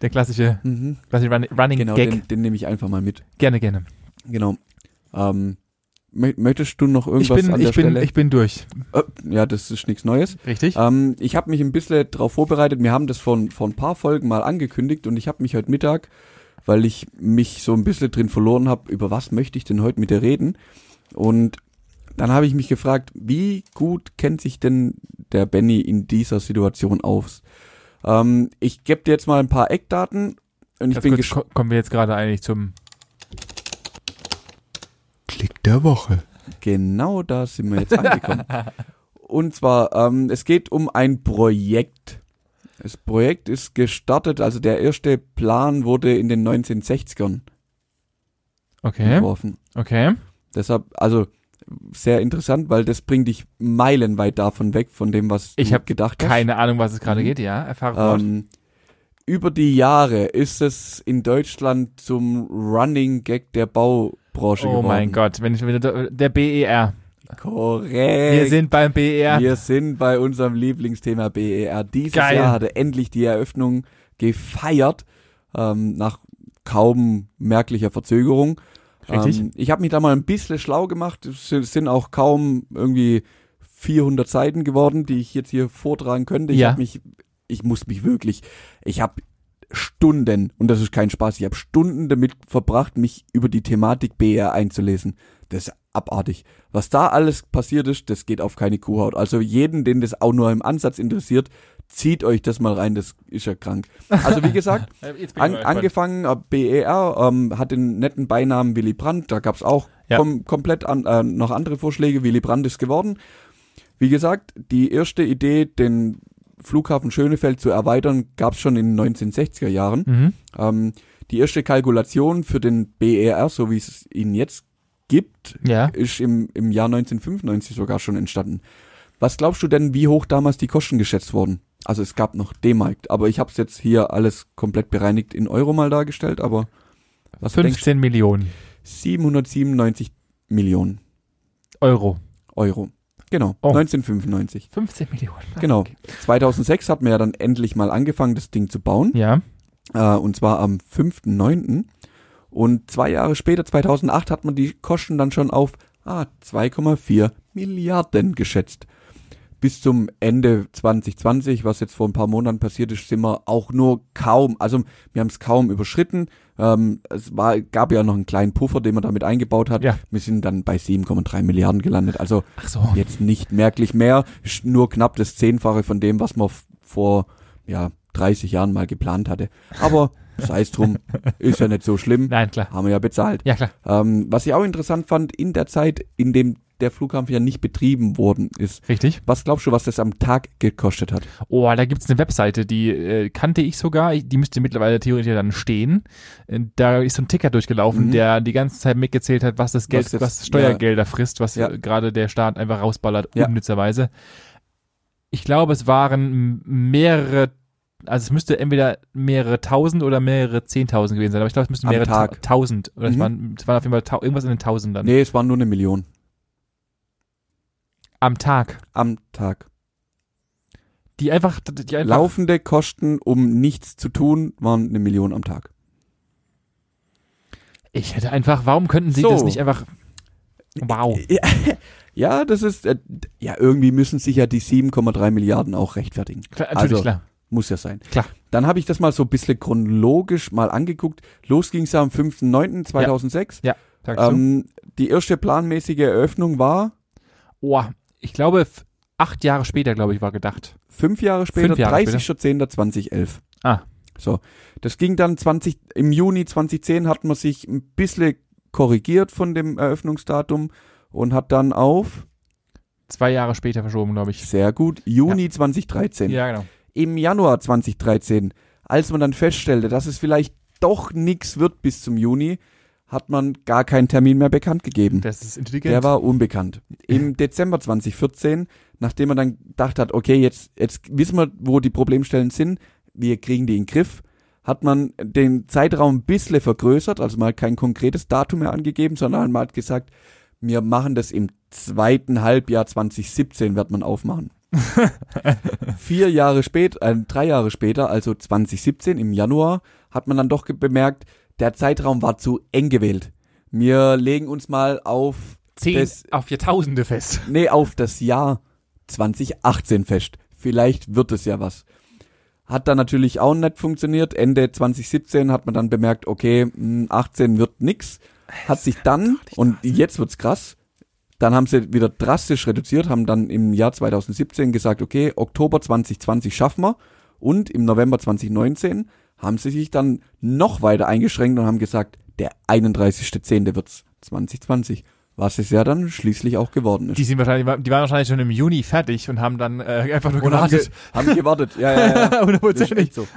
Der klassische, Mhm. klassische Running, Running Genau, Gag. den, den nehme ich einfach mal mit. Gerne, gerne. Genau. Ähm, mö- möchtest du noch Ich irgendwas bin, an der ich, bin, Stelle? ich bin durch. Äh, ja, das ist nichts Neues. Richtig? Ähm, ich habe mich ein bisschen darauf vorbereitet. Wir haben das vor, vor ein paar Folgen mal angekündigt und ich habe mich heute Mittag, weil ich mich so ein bisschen drin verloren habe, über was möchte ich denn heute mit dir reden? Und dann habe ich mich gefragt, wie gut kennt sich denn der Benny in dieser Situation aus? Ähm, ich gebe dir jetzt mal ein paar Eckdaten und ich Ganz bin kurz, gespannt. ko- kommen wir jetzt gerade eigentlich zum Klick der Woche. Genau da sind wir jetzt angekommen. Und zwar, ähm, es geht um ein Projekt. Das Projekt ist gestartet, also der erste Plan wurde in den 1960ern Okay, entworfen. okay. Deshalb, also sehr interessant, weil das bringt dich meilenweit davon weg, von dem, was Ich du hab gedacht hast. Keine Ahnung, was es gerade Mhm. geht, ja. Erfahre fort. Ähm, über die Jahre ist es in Deutschland zum Running Gag der Oh Baubranche geworden. mein Gott, wenn ich wieder da- der BER. Korrekt. Wir sind beim E BER. Wir sind bei unserem Lieblingsthema BER. Dieses Geil. Jahr hatte endlich die Eröffnung gefeiert, ähm, nach kaum merklicher Verzögerung. Richtig. Ähm, ich habe mich da mal ein bisschen schlau gemacht. Es sind- sind auch kaum irgendwie 400 Seiten geworden, die ich jetzt hier vortragen könnte. Ich Ja. hab mich, ich muss mich wirklich, ich habe Stunden, und das ist kein Spaß, ich habe Stunden damit verbracht, mich über die Thematik BR einzulesen. Das ist abartig. Was da alles passiert ist, das geht auf keine Kuhhaut. Also jeden, den das auch nur im Ansatz interessiert, zieht euch das mal rein, das ist ja krank. Also wie gesagt, Äh, jetzt bin ich an, mal gespannt. angefangen, äh, BER ähm, hat den netten Beinamen Willy Brandt, da gab's auch Ja. kom komplett an, äh, noch andere Vorschläge, Willy Brandt ist geworden. Wie gesagt, die erste Idee, den Flughafen Schönefeld zu erweitern, gab es schon in den 1960er Jahren. Mhm. Ähm, die erste Kalkulation für den BER, so wie es ihn jetzt gibt, Ja. ist im, im Jahr 1995 sogar schon entstanden. Was glaubst du denn, wie hoch damals die Kosten geschätzt wurden? Also es gab noch D-Mark, aber ich habe es jetzt hier alles komplett bereinigt in Euro mal dargestellt, aber was denkst 15 Millionen du? 797 Millionen Euro. Euro. Genau, Oh. 1995. 15 Millionen. Genau. 2006 hat man ja dann endlich mal angefangen, das Ding zu bauen. Ja. äh, und zwar am 5.9. Und zwei Jahre später, 2008, hat man die Kosten dann schon auf ah, 2,4 Milliarden geschätzt. Bis zum Ende 2020, was jetzt vor ein paar Monaten passiert ist, sind wir auch nur kaum, also wir haben es kaum überschritten. Ähm, es war, gab ja noch einen kleinen Puffer, den man damit eingebaut hat. Ja. Wir sind dann bei 7,3 Milliarden gelandet. Also Ach so. jetzt nicht merklich mehr, ist nur knapp das Zehnfache von dem, was man f- vor ja, 30 Jahren mal geplant hatte. Aber sei es drum, ist ja nicht so schlimm, Nein, klar. haben wir ja bezahlt. Ja, klar. Ähm, was ich auch interessant fand, in der Zeit, in dem der Flughafen ja nicht betrieben worden ist, Richtig. was glaubst du, was das am Tag gekostet hat? Oh, da gibt's eine Webseite, die äh, kannte ich sogar. Ich, die müsste mittlerweile theoretisch dann stehen. Äh, Da ist so ein Ticker durchgelaufen, Mhm. der die ganze Zeit mitgezählt hat, was das Geld, Was was, jetzt- Steuergelder frisst, was Ja. äh, gerade der Staat einfach rausballert, Ja. unnützerweise. Ich glaube, es waren m- mehrere, also es müsste entweder mehrere tausend oder mehrere zehntausend gewesen sein, aber ich glaube, es müssten Am mehrere ta Tag. tausend. Oder es, Mhm. waren, es waren auf jeden Fall tau- irgendwas in den Tausendern. Nee, es waren nur eine Million Am Tag. am Tag. Die einfach, die einfach Laufende Kosten, um nichts zu tun, waren eine Million am Tag. Ich hätte einfach, warum könnten sie So. das nicht einfach. Wow. Ja, ja das ist, äh, ja, irgendwie müssen sich ja die 7,3 Milliarden auch rechtfertigen. Klar, natürlich, Also, klar. Muss ja sein. Klar. Dann habe ich das mal so ein bisschen chronologisch mal angeguckt. Los ging es ja am 5.9.2006. Sagst du? ähm, die erste planmäßige Eröffnung war Oh, ich glaube, f- acht Jahre später, glaube ich, war gedacht. fünf Jahre später, Fünf Jahre 30.10.2011. Ah. So, das ging dann 20, im Juni 2010 hat man sich ein bisschen korrigiert von dem Eröffnungsdatum und hat dann auf, Zwei Jahre später verschoben, glaube ich. sehr gut, Juni 2013. Ja, genau. im Januar 2013, als man dann feststellte, dass es vielleicht doch nichts wird bis zum Juni, hat man gar keinen Termin mehr bekannt gegeben. Das ist intelligent. Der war unbekannt. Im Dezember 2014, nachdem man dann gedacht hat, okay, jetzt, jetzt wissen wir, wo die Problemstellen sind, wir kriegen die in den Griff, hat man den Zeitraum ein bisschen vergrößert, also mal kein konkretes Datum mehr angegeben, sondern man hat gesagt, wir machen das im zweiten Halbjahr 2017, wird man aufmachen. Vier Jahre später, äh, drei Jahre später, also 2017 im Januar, hat man dann doch ge- bemerkt, der Zeitraum war zu eng gewählt. Wir legen uns mal auf Zehn das- auf Jahrtausende fest. Nee, auf das Jahr 2018 fest. Vielleicht wird es ja was. Hat dann natürlich auch nicht funktioniert. Ende 2017 hat man dann bemerkt, okay, hm, 18 wird nix. Hat sich dann, und jetzt wird's krass, dann haben sie wieder drastisch reduziert, haben dann im Jahr 2017 gesagt, okay, Oktober 2020 schaffen wir. Und im November 2019 haben sie sich dann noch weiter eingeschränkt und haben gesagt, der 31.10. wird's 2020. Was es ja dann schließlich auch geworden ist. Die, sind wahrscheinlich, die waren wahrscheinlich schon im Juni fertig und haben dann äh, einfach nur Und haben, ge gewartet. haben gewartet. Ja, ja, ja. Das ist Hundertprozentig. echt so.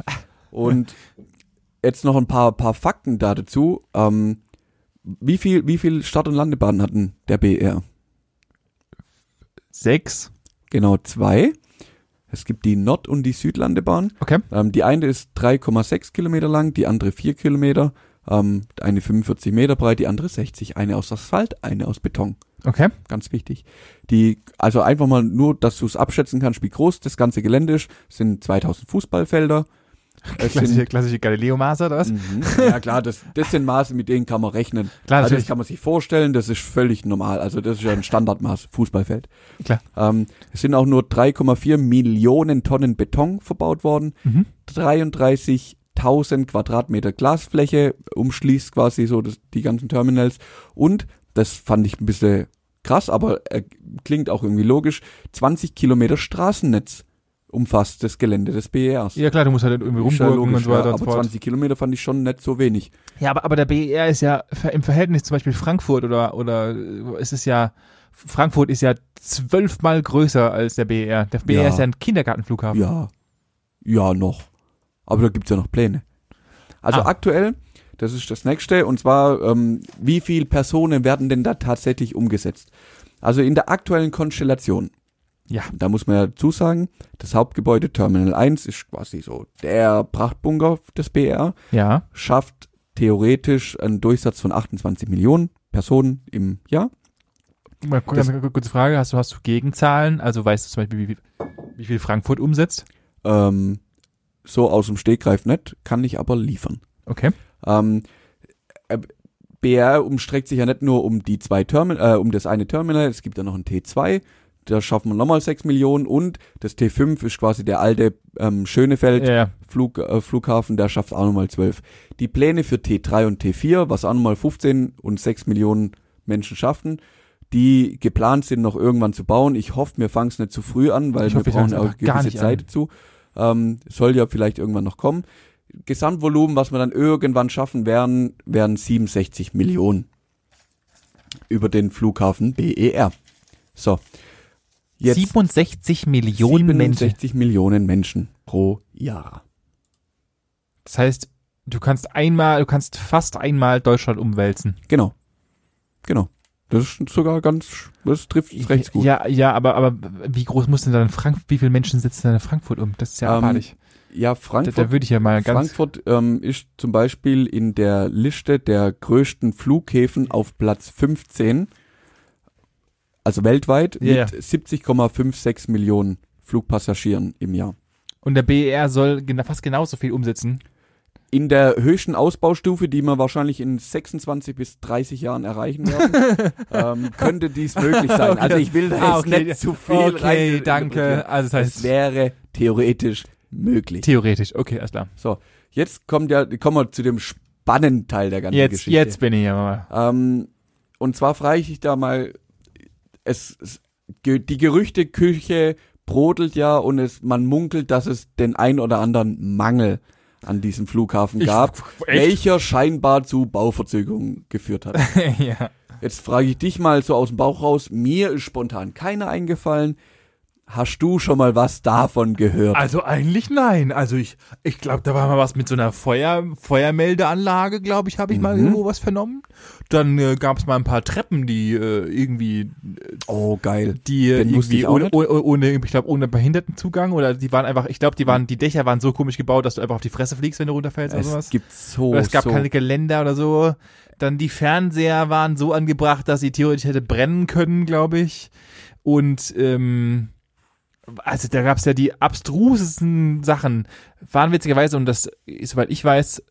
Und jetzt noch ein paar, paar Fakten da dazu. Ähm, wie viel, wie viel Start- und Landebahnen hatten der BR? Sechs. Genau zwei. Es gibt die Nord- und die Südlandebahn. Okay. Ähm, die eine ist 3,6 Kilometer lang, die andere 4 Kilometer, ähm, eine 45 Meter breit, die andere 60. Eine aus Asphalt, eine aus Beton. Okay. ganz wichtig. Die, also einfach mal nur, dass du es abschätzen kannst, wie groß das ganze Gelände ist, Es sind 2000 Fußballfelder. Es Klassische, sind, klassische Galileo-Maße oder was? mhm, ja klar, das, das sind Maße, mit denen kann man rechnen. Klar, also das natürlich. kann man sich vorstellen, das ist völlig normal. Also das ist ja ein Standardmaß, Fußballfeld. Klar. Ähm, es sind auch nur 3,4 Millionen Tonnen Beton verbaut worden, Mhm. 33.000 Quadratmeter Glasfläche umschließt quasi so das, die ganzen Terminals und das fand ich ein bisschen krass, aber äh, klingt auch irgendwie logisch. 20 Kilometer Straßennetz umfasst das Gelände des BERs. Ja klar, du musst halt irgendwie Ist ja rumgurken und so weiter ja, und aber so fort. 20 Kilometer fand ich schon nicht so wenig. Ja, aber, aber der BER ist ja ver- im Verhältnis zum Beispiel Frankfurt oder, oder äh, es ist ja, Frankfurt ist ja zwölfmal größer als der BER. Der BER Ja. ist ja ein Kindergartenflughafen. Ja, Ja, noch. Aber da gibt's ja noch Pläne. Also Ah. aktuell, das ist das nächste, und zwar, ähm, wie viele Personen werden denn da tatsächlich umgesetzt? Also in der aktuellen Konstellation. Ja. Da muss man ja zusagen, das Hauptgebäude Terminal 1 ist quasi so der Prachtbunker des BR, Ja. schafft theoretisch einen Durchsatz von 28 Millionen Personen im Jahr. Mal gu- Das- mal kurze Frage, hast du, hast du Gegenzahlen? Also weißt du zum Beispiel, wie, wie- wie viel Frankfurt umsetzt? Ähm, so aus dem Stegreif nicht, kann ich aber liefern. Okay. Ähm, äh, BR umstreckt sich ja nicht nur um die zwei Terminal, äh, um das eine Terminal, es gibt ja noch ein T2, da schaffen wir nochmal 6 Millionen und das T5 ist quasi der alte ähm, Schönefeld Ja. Flug, äh, Flughafen, der schafft auch nochmal 12. Die Pläne für T3 und T4, was auch nochmal 15 und 6 Millionen Menschen schaffen, die geplant sind, noch irgendwann zu bauen. Ich hoffe, wir fangen es nicht zu früh an, weil Ich hoffe, wir wir brauchen fangen's auch einfach gar gewisse nicht Zeit an. dazu. Ähm, soll ja vielleicht irgendwann noch kommen. Gesamtvolumen, was wir dann irgendwann schaffen werden, wären 67 Millionen über den Flughafen BER. So. 67 Millionen Menschen. 67 Millionen Menschen pro Jahr. Das heißt, du kannst einmal, du kannst fast einmal Deutschland umwälzen. Genau. Genau. Das ist sogar ganz, das trifft es recht gut. Ja, ja, aber, aber wie groß muss denn dann Frank, wie viele Menschen sitzen denn in Frankfurt um? Das ist ja Ähm, abartig. Ja, Da, Frankfurt, da würde ich ja mal ganz, Frankfurt ähm, ist zum Beispiel in der Liste der größten Flughäfen auf Platz 15, also weltweit, Ja, mit 70,56 Millionen Flugpassagieren im Jahr. und der BER soll gena- fast genauso viel umsetzen. In der höchsten Ausbaustufe, die wir wahrscheinlich in 26 bis 30 Jahren erreichen werden, ähm, könnte dies möglich sein. Also ich will da jetzt Ah, okay. nicht zu viel Okay, rein- danke. Also das Es heißt, wäre theoretisch möglich. theoretisch. Okay, alles klar. So, jetzt kommt ja, kommen wir zu dem spannenden Teil der ganzen Jetzt, Geschichte. jetzt bin ich ja mal. Ähm, und zwar frage ich dich da mal, es, es ge- die Gerüchteküche brodelt ja und es, man munkelt, dass es den ein oder anderen Mangel an diesem Flughafen Ich- gab, echt? welcher scheinbar zu Bauverzögerungen geführt hat. ja. Jetzt frage ich dich mal so aus dem Bauch raus, mir ist spontan keiner eingefallen. Hast du schon mal was davon gehört? Also eigentlich nein. Also ich, ich glaube, da war mal was mit so einer Feuer, Feuermeldeanlage, glaube ich, habe ich mal Mhm. irgendwo was vernommen. Dann äh, gab es mal ein paar Treppen, die äh, irgendwie, oh, geil. die äh, Den wusste irgendwie ich auch ohne, nicht. ohne, ohne, ich glaube, ohne Behindertenzugang oder die waren einfach, ich glaube, die waren, die Dächer waren so komisch gebaut, dass du einfach auf die Fresse fliegst, wenn du runterfällst oder Es sowas. gibt so, Oder es gab Oh, so. keine Geländer oder so. Dann die Fernseher waren so angebracht, dass sie theoretisch hätte brennen können, glaube ich. Und ähm, also da gab es ja die abstrusesten Sachen. Waren witzigerweise, und das, ist, soweit ich weiß,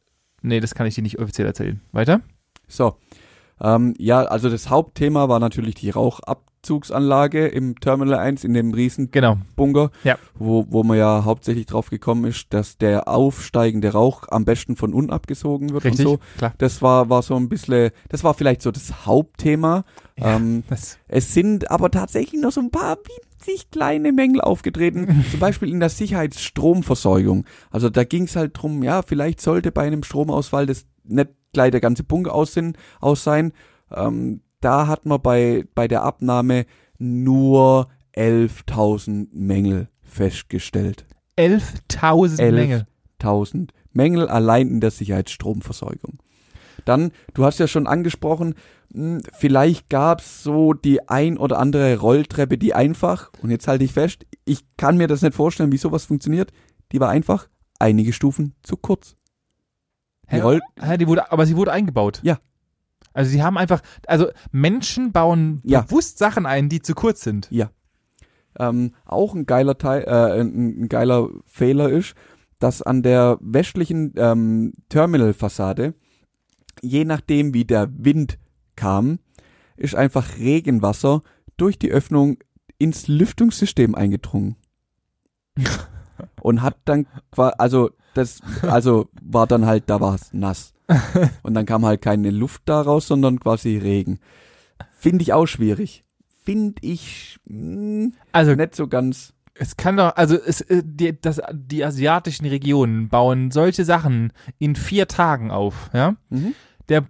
nee, das kann ich dir nicht offiziell erzählen. Weiter? So. Ähm, ja, also das Hauptthema war natürlich die Rauchabzugsanlage im Terminal 1 in dem riesen Genau. Bunker, Ja. wo, wo man ja hauptsächlich drauf gekommen ist, dass der aufsteigende Rauch am besten von unten abgesogen wird Richtig. und so. Klar. Das war, war so ein bisschen, das war vielleicht so das Hauptthema. Ja. Ähm, Das, es sind aber tatsächlich noch so ein paar winzig kleine Mängel aufgetreten, zum Beispiel in der Sicherheitsstromversorgung. Also da ging es halt drum, ja, vielleicht sollte bei einem Stromausfall das nicht gleich der ganze Bunker aus, sind, aus sein. Ähm, da hat man bei, bei der Abnahme nur 11.000 Mängel festgestellt. 11.000 Elf. Länge. 1000 Mängel allein in der Sicherheitsstromversorgung. Dann, du hast ja schon angesprochen, mh, vielleicht gab's so die ein oder andere Rolltreppe, die einfach, und jetzt halte ich fest, ich kann mir das nicht vorstellen, wie sowas funktioniert, die war einfach einige Stufen zu kurz. Die Hä? Roll Hä, die wurde, aber sie wurde eingebaut. Ja. Also sie haben einfach, also Menschen bauen Ja. bewusst Sachen ein, die zu kurz sind. ähm, auch ein geiler Teil, äh, ein, ein geiler Fehler ist, dass an der westlichen ähm, Terminalfassade, je nachdem wie der Wind kam, ist einfach Regenwasser durch die Öffnung ins Lüftungssystem eingedrungen. Und hat dann, qua- also das, also war dann halt, da war es nass. Und dann kam halt keine Luft daraus, sondern quasi Regen. Finde ich auch schwierig. Finde ich, hm, mh, Also nicht so ganz. Es kann doch, also es, äh, die, das, die Mhm. asiatischen Regionen bauen solche Sachen in vier Tagen auf, ja? Der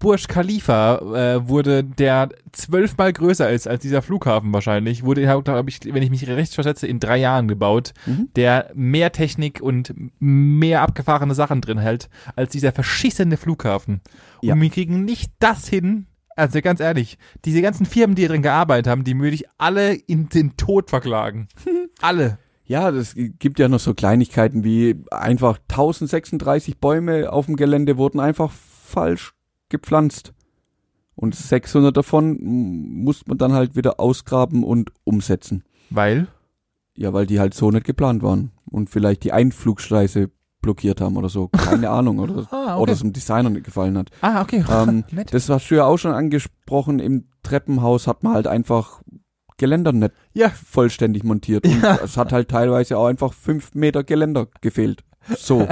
Burj Khalifa äh, wurde der zwölfmal größer als, als dieser Flughafen wahrscheinlich, wurde, glaube ich, wenn ich mich recht versetze, in drei Jahren gebaut, Mhm. der mehr Technik und mehr abgefahrene Sachen drin hält, als dieser verschissene Flughafen. Ja. Und wir kriegen nicht das hin, also ganz ehrlich, diese ganzen Firmen, die hier drin gearbeitet haben, die würde ich alle in den Tod verklagen. alle. Ja, es gibt ja noch so Kleinigkeiten wie einfach 1036 Bäume auf dem Gelände wurden einfach falsch gepflanzt. Und 600 davon mm, muss man dann halt wieder ausgraben und umsetzen. Weil? Ja, weil die halt so nicht geplant waren. Und vielleicht die Einflugschleise blockiert haben oder so. Keine Ahnung. Oder, Ah, oder es dem Designer nicht gefallen hat. ah, okay. Ähm, Nett. das war früher auch schon angesprochen. Im Treppenhaus hat man halt einfach Geländer nicht Ja. vollständig montiert. Und es hat halt teilweise auch einfach fünf Meter Geländer gefehlt. So.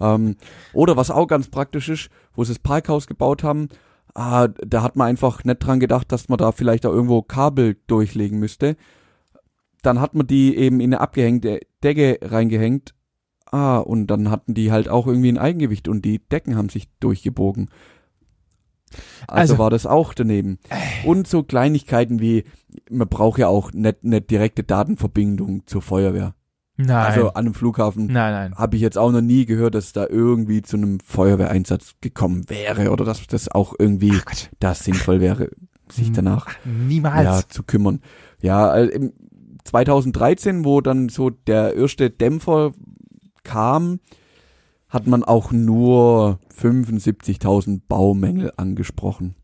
ähm, oder was auch ganz praktisch ist, wo sie das Parkhaus gebaut haben, ah, da hat man einfach nicht dran gedacht, dass man da vielleicht auch irgendwo Kabel durchlegen müsste. Dann hat man die eben in eine abgehängte Decke reingehängt. Ah, und dann hatten die halt auch irgendwie ein Eigengewicht und die Decken haben sich durchgebogen. Also, Also- äh. war das auch daneben. Und so Kleinigkeiten wie, man braucht ja auch nicht eine direkte Datenverbindung zur Feuerwehr. Nein. Also an einem Flughafen nein, nein. habe ich jetzt auch noch nie gehört, dass da irgendwie zu einem Feuerwehreinsatz gekommen wäre oder dass das auch irgendwie Gott. da sinnvoll wäre, sich Hm. danach ja, Niemals. zu kümmern. Ja, also im 2013, wo dann so der erste Dämpfer kam, hat man auch nur 75.000 Baumängel angesprochen.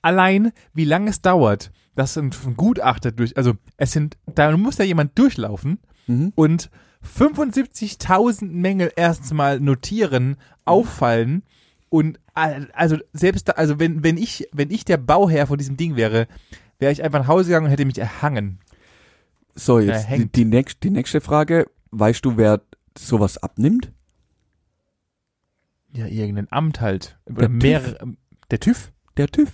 Allein, wie lange es dauert, dass ein Gutachter durch, also es sind, da muss ja jemand durchlaufen Mhm. und 75.000 Mängel erstmal notieren, auffallen und al- also selbst da, also wenn, wenn ich, wenn ich der Bauherr von diesem Ding wäre, wäre ich einfach nach Hause gegangen und hätte mich erhangen. So, jetzt die, hängt. die, nächst, die nächste Frage. Weißt du, wer sowas abnimmt? Ja, irgendein Amt halt. Der Oder mehrere, der TÜV? Der TÜV.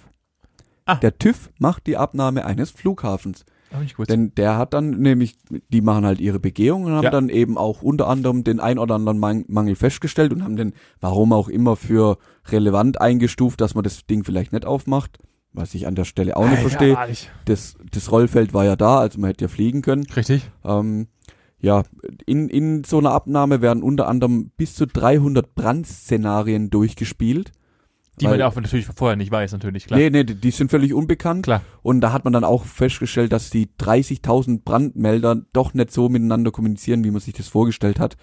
Ah. Der TÜV macht die Abnahme eines Flughafens. Hab ich gewusst. Denn der hat dann nämlich, die machen halt ihre Begehungen und haben Ja. dann eben auch unter anderem den ein oder anderen Mang- Mangel festgestellt und haben den, warum auch immer, für relevant eingestuft, dass man das Ding vielleicht nicht aufmacht. Was ich an der Stelle auch nicht verstehe. Ja, ich- Das, das Rollfeld war ja da, also man hätte ja fliegen können. Richtig. Ähm, ja, in, in so einer Abnahme werden unter anderem bis zu 300 Brandszenarien durchgespielt. Die Weil- man auch natürlich vorher nicht weiß, natürlich, klar. Nee, nee, die- die sind völlig unbekannt. Klar. Und da hat man dann auch festgestellt, dass die 30.000 Brandmelder doch nicht so miteinander kommunizieren, wie man sich das vorgestellt hat.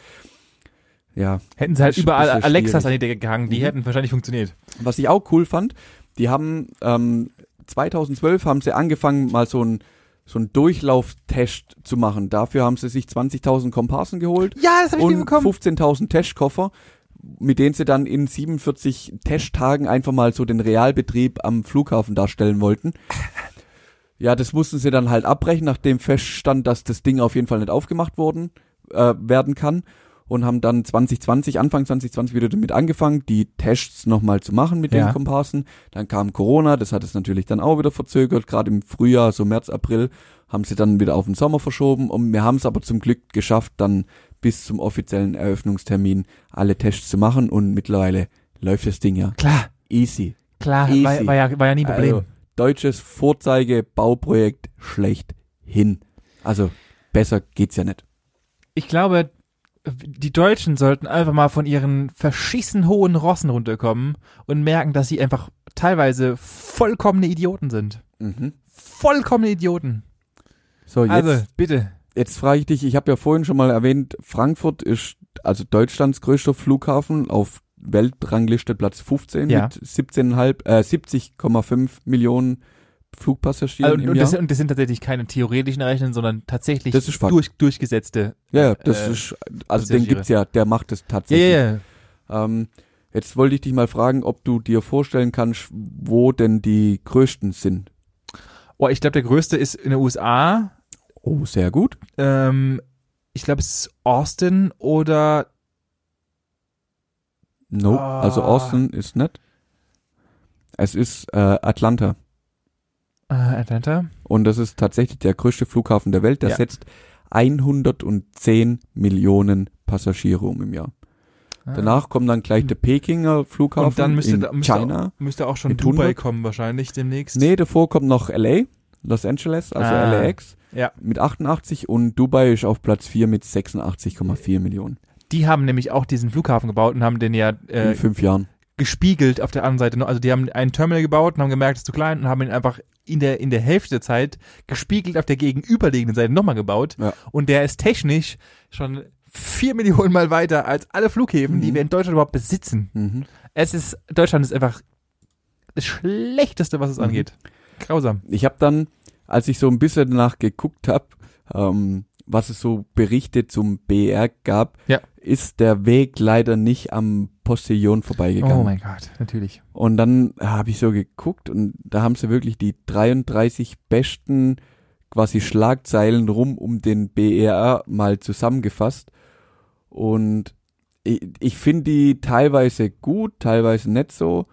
Ja, Hätten sie halt Ist- überall ist ja Alexas schwierig. an die Decke gehangen, die Mhm. hätten wahrscheinlich funktioniert. was ich auch cool fand, die haben ähm, 2012 haben sie angefangen, mal so ein so einen Durchlauftest zu machen. Dafür haben sie sich 20.000 Komparsen geholt Ja, das und 15.000 Testkoffer, mit denen sie dann in 47 Testtagen einfach mal so den Realbetrieb am Flughafen darstellen wollten. Ja, das mussten sie dann halt abbrechen, nachdem feststand, dass das Ding auf jeden Fall nicht aufgemacht worden, äh, werden kann. Und haben dann 2020, Anfang 2020 wieder damit angefangen, die Tests nochmal zu machen mit Ja. den Komparsen. Dann kam Corona, das hat es natürlich dann auch wieder verzögert. Gerade im Frühjahr, so März, April, haben sie dann wieder auf den Sommer verschoben. Und wir haben es aber zum Glück geschafft, dann bis zum offiziellen Eröffnungstermin alle Tests zu machen. Und mittlerweile läuft das Ding ja Klar, easy. klar, Easy. war, war, ja, war ja nie ein Problem. Also, deutsches Vorzeigebauprojekt schlecht hin. Also besser geht's ja nicht. ich glaube, die Deutschen sollten einfach mal von ihren verschissen hohen Rossen runterkommen und merken, dass sie einfach teilweise vollkommene Idioten sind. Vollkommene Idioten. So, Oh, jetzt, Also, bitte. jetzt frage ich dich, ich habe ja vorhin schon mal erwähnt, Frankfurt ist also Deutschlands größter Flughafen auf Weltrangliste Platz 15 Ja. mit 17,5 äh, 70,5 Millionen Flugpassagieren Also, und, im und, Jahr. das, und das sind tatsächlich keine theoretischen Rechnungen, sondern tatsächlich Das ist Fakt. durch, durchgesetzte. ja, ja, das äh, ist also den Passagiere. gibt's ja, der macht es Ja, tatsächlich. ja, ja. Ähm, jetzt wollte ich dich mal fragen, ob du dir vorstellen kannst, wo denn die größten sind. Oh, ich glaube, der größte ist in den USA. Oh, sehr gut. Ähm, ich glaube, es ist Austin oder No, Ah. also Austin ist nicht. Es ist äh, Atlanta. äh, Atlanta. Und das ist tatsächlich der größte Flughafen der Welt. Der Ja. setzt 110 Millionen Passagiere um im Jahr. Ah. Danach kommt dann gleich der Pekinger Flughafen Und dann müsste, in da, müsste, China. Auch, müsste auch schon in Dubai Thunberg. kommen wahrscheinlich demnächst. Nee, davor kommt noch LA, Los Angeles, also Ah. LAX Ja. mit 88 und Dubai ist auf Platz 4 mit 86,4 Millionen Die haben nämlich auch diesen Flughafen gebaut und haben den ja in äh, fünf Jahren. gespiegelt auf der anderen Seite. Also die haben einen Terminal gebaut und haben gemerkt, es ist zu klein und haben ihn einfach in der, in der Hälfte der Zeit gespiegelt auf der gegenüberliegenden Seite nochmal gebaut. Ja. Und der ist technisch schon vier Millionen Mal weiter als alle Flughäfen, die Mhm. wir in Deutschland überhaupt besitzen. Mhm. Es ist, Deutschland ist einfach das Schlechteste, was es Mhm. angeht. Grausam. Ich habe dann, als ich so ein bisschen danach geguckt habe, ähm, was es so Berichte zum BR gab, Ja. ist der Weg leider nicht am Postillon vorbeigegangen. Oh mein Gott, natürlich. Und dann habe ich so geguckt und da haben sie wirklich die 33 besten quasi Schlagzeilen rum um den BER mal zusammengefasst. Und ich, ich finde die teilweise gut, teilweise nicht so.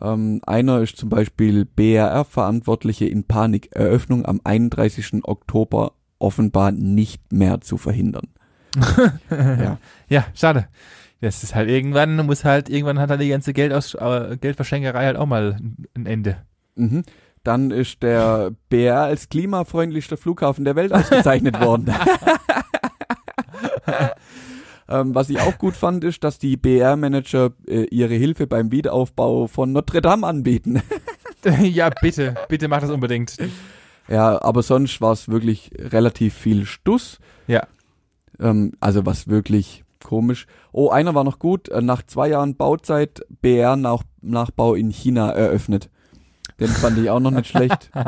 Ähm, einer ist zum Beispiel BER-Verantwortliche in Panik. Eröffnung am 31. Oktober offenbar nicht mehr zu verhindern. ja. ja, schade. Das ist halt irgendwann, muss halt, irgendwann hat halt die ganze Geldaus äh, Geldverschenkerei halt auch mal ein Ende. Mhm. Dann ist der BR als klimafreundlichster Flughafen der Welt ausgezeichnet worden. ähm, was ich auch gut fand, ist, dass die BR-Manager äh, ihre Hilfe beim Wiederaufbau von Notre Dame anbieten. ja, bitte, bitte mach das unbedingt. Ja, aber sonst war es wirklich relativ viel Stuss. Ja. Ähm, also was wirklich komisch. Oh, einer war noch gut. Äh, Nach zwei Jahren Bauzeit BR-Nachbau in China eröffnet. Den fand ich auch noch nicht schlecht.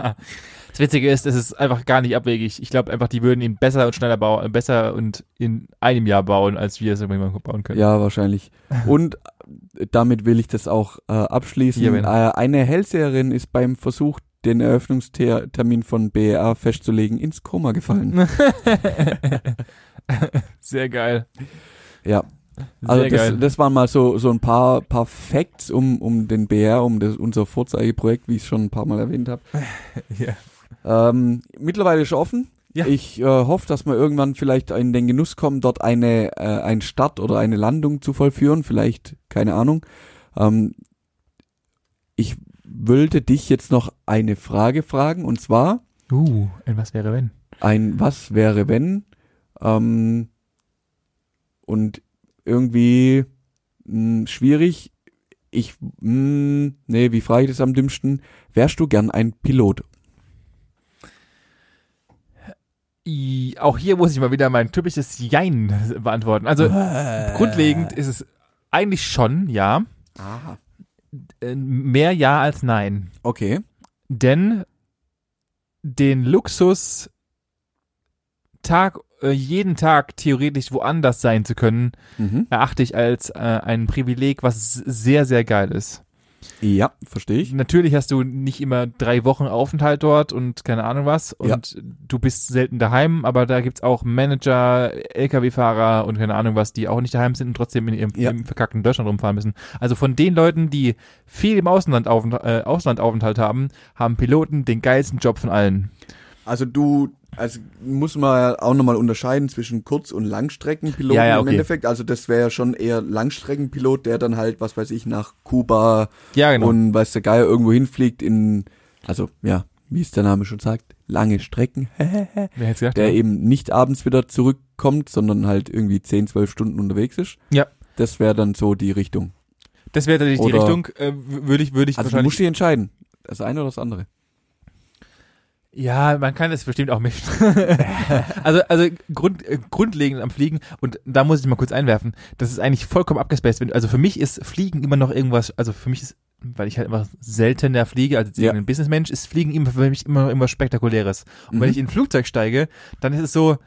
Das Witzige ist, es ist einfach gar nicht abwegig. Ich glaube einfach, die würden ihn besser und schneller bauen, besser und in einem Jahr bauen, als wir es irgendwann bauen können. Ja, wahrscheinlich. Und äh, damit will ich das auch äh, abschließen. Ja, äh, wenn- eine Hellseherin ist beim Versuch, den Eröffnungstermin von BER festzulegen, ins Koma gefallen. Sehr geil. Ja, Sehr also das, geil. das waren mal so, so ein paar, paar Facts um, um den BER, um das, unser Vorzeigeprojekt, wie ich es schon ein paar Mal erwähnt habe. ja. Ähm, mittlerweile ist offen. Ja. Ich äh, hoffe, dass wir irgendwann vielleicht in den Genuss kommen, dort eine äh, ein Start oder eine Landung zu vollführen. Vielleicht, keine Ahnung. Ähm, ich wollte dich jetzt noch eine Frage fragen und zwar Uh, und was wäre wenn? ein Was wäre wenn? Ähm, und irgendwie mh, schwierig. Ich, mh, nee, wie frage ich das am dümmsten? Wärst du gern ein Pilot? I, auch hier muss ich mal wieder mein typisches Jein beantworten. Also grundlegend ist es eigentlich schon ja, Aha. Äh, mehr ja als nein. Okay. Denn den Luxus, Tag, äh, jeden Tag theoretisch woanders sein zu können, Mhm. erachte ich als äh, ein Privileg, was s- sehr, sehr geil ist. Ja, verstehe ich. Natürlich hast du nicht immer drei Wochen Aufenthalt dort und keine Ahnung was und du bist selten daheim, aber da gibt's auch Manager, Lkw-Fahrer und keine Ahnung was, die auch nicht daheim sind und trotzdem in ihrem Ja. im verkackten Deutschland rumfahren müssen. Also von den Leuten, die viel im Ausland äh, Auslandaufenthalt haben, haben Piloten den geilsten Job von allen. Also du, also muss man auch nochmal unterscheiden zwischen Kurz- und Langstreckenpiloten Ja, ja, im okay. Endeffekt. Also das wäre ja schon eher Langstreckenpilot, der dann halt, was weiß ich, nach Kuba Ja, genau. und weiß der Geier irgendwo hinfliegt in, also ja, wie es der Name schon sagt, lange Strecken. Wer hätte gedacht? Der ja. eben nicht abends wieder zurückkommt, sondern halt irgendwie 10, 12 Stunden unterwegs ist. Ja. Das wäre dann so die Richtung. Das wäre tatsächlich die Oder- Richtung, äh, w- würde ich, würde ich Also du musst wahrscheinlich. dich entscheiden. Das eine oder das andere. Ja, man kann es bestimmt auch mischen. also, also Grund, äh, grundlegend am Fliegen, und da muss ich mal kurz einwerfen, das ist eigentlich vollkommen abgespaced. Wenn- Also für mich ist Fliegen immer noch irgendwas, also für mich ist, weil ich halt immer seltener fliege als jetzt Ja. irgendein Businessmensch, ist Fliegen immer für mich immer noch irgendwas Spektakuläres. Und wenn ich in ein Flugzeug steige, dann ist es so,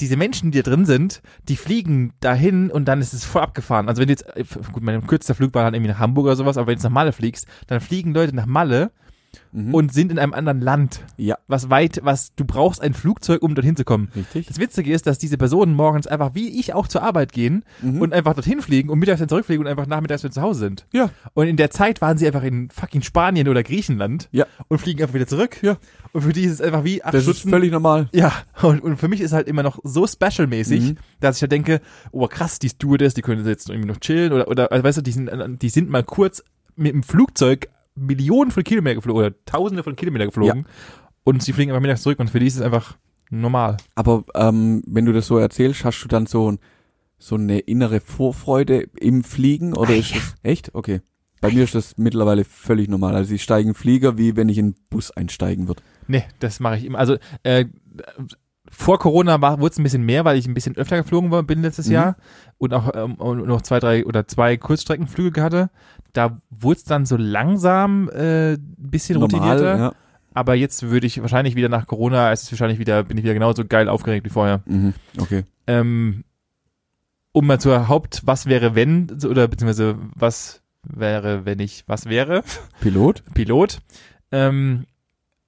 diese Menschen, die da drin sind, die fliegen dahin und dann ist es voll abgefahren. Also wenn du jetzt, äh, gut, mein kürzester Flug war dann irgendwie nach Hamburg oder sowas, aber wenn du jetzt nach Malle fliegst, dann fliegen Leute nach Malle Mhm. und sind in einem anderen Land. Ja. Was weit, was du brauchst ein Flugzeug, um dorthin zu kommen. Richtig. Das Witzige ist, dass diese Personen morgens einfach wie ich auch zur Arbeit gehen Mhm. und einfach dorthin fliegen und mittags dann zurückfliegen und einfach nachmittags wieder zu Hause sind. Ja. Und in der Zeit waren sie einfach in fucking Spanien oder Griechenland Ja. und fliegen einfach wieder zurück. Ja. Und für die ist es einfach wie acht das ist Stunden. völlig normal. ja, und, und für mich ist halt immer noch so special-mäßig, Mhm. dass ich ja denke, oh krass, die Stewardess, die können jetzt irgendwie noch chillen oder, oder also, weißt du, die sind, die sind mal kurz mit dem Flugzeug Millionen von Kilometern geflogen oder Tausende von Kilometern geflogen und sie fliegen einfach mittags zurück und für die ist es einfach normal. Aber ähm, wenn du das so erzählst, hast du dann so, ein, so eine innere Vorfreude im Fliegen oder ist das echt? Okay. Bei mir ist das mittlerweile völlig normal. Also ich steige in den Flieger, wie wenn ich in den Bus einsteigen würde. Nee, das mache ich immer. Also äh, vor Corona wurde es ein bisschen mehr, weil ich ein bisschen öfter geflogen war, bin letztes Mhm. Jahr und auch ähm, und noch zwei, drei oder zwei Kurzstreckenflüge hatte. Da wurde es dann so langsam äh, ein bisschen Normal, routinierter. ja. Aber jetzt würde ich wahrscheinlich wieder nach Corona, es ist wahrscheinlich wieder, bin ich wieder genauso geil aufgeregt wie vorher. Mhm. Okay. Ähm, um mal zur Haupt, was wäre wenn, so- oder beziehungsweise was wäre, wenn ich was wäre, Pilot? Pilot. Ähm,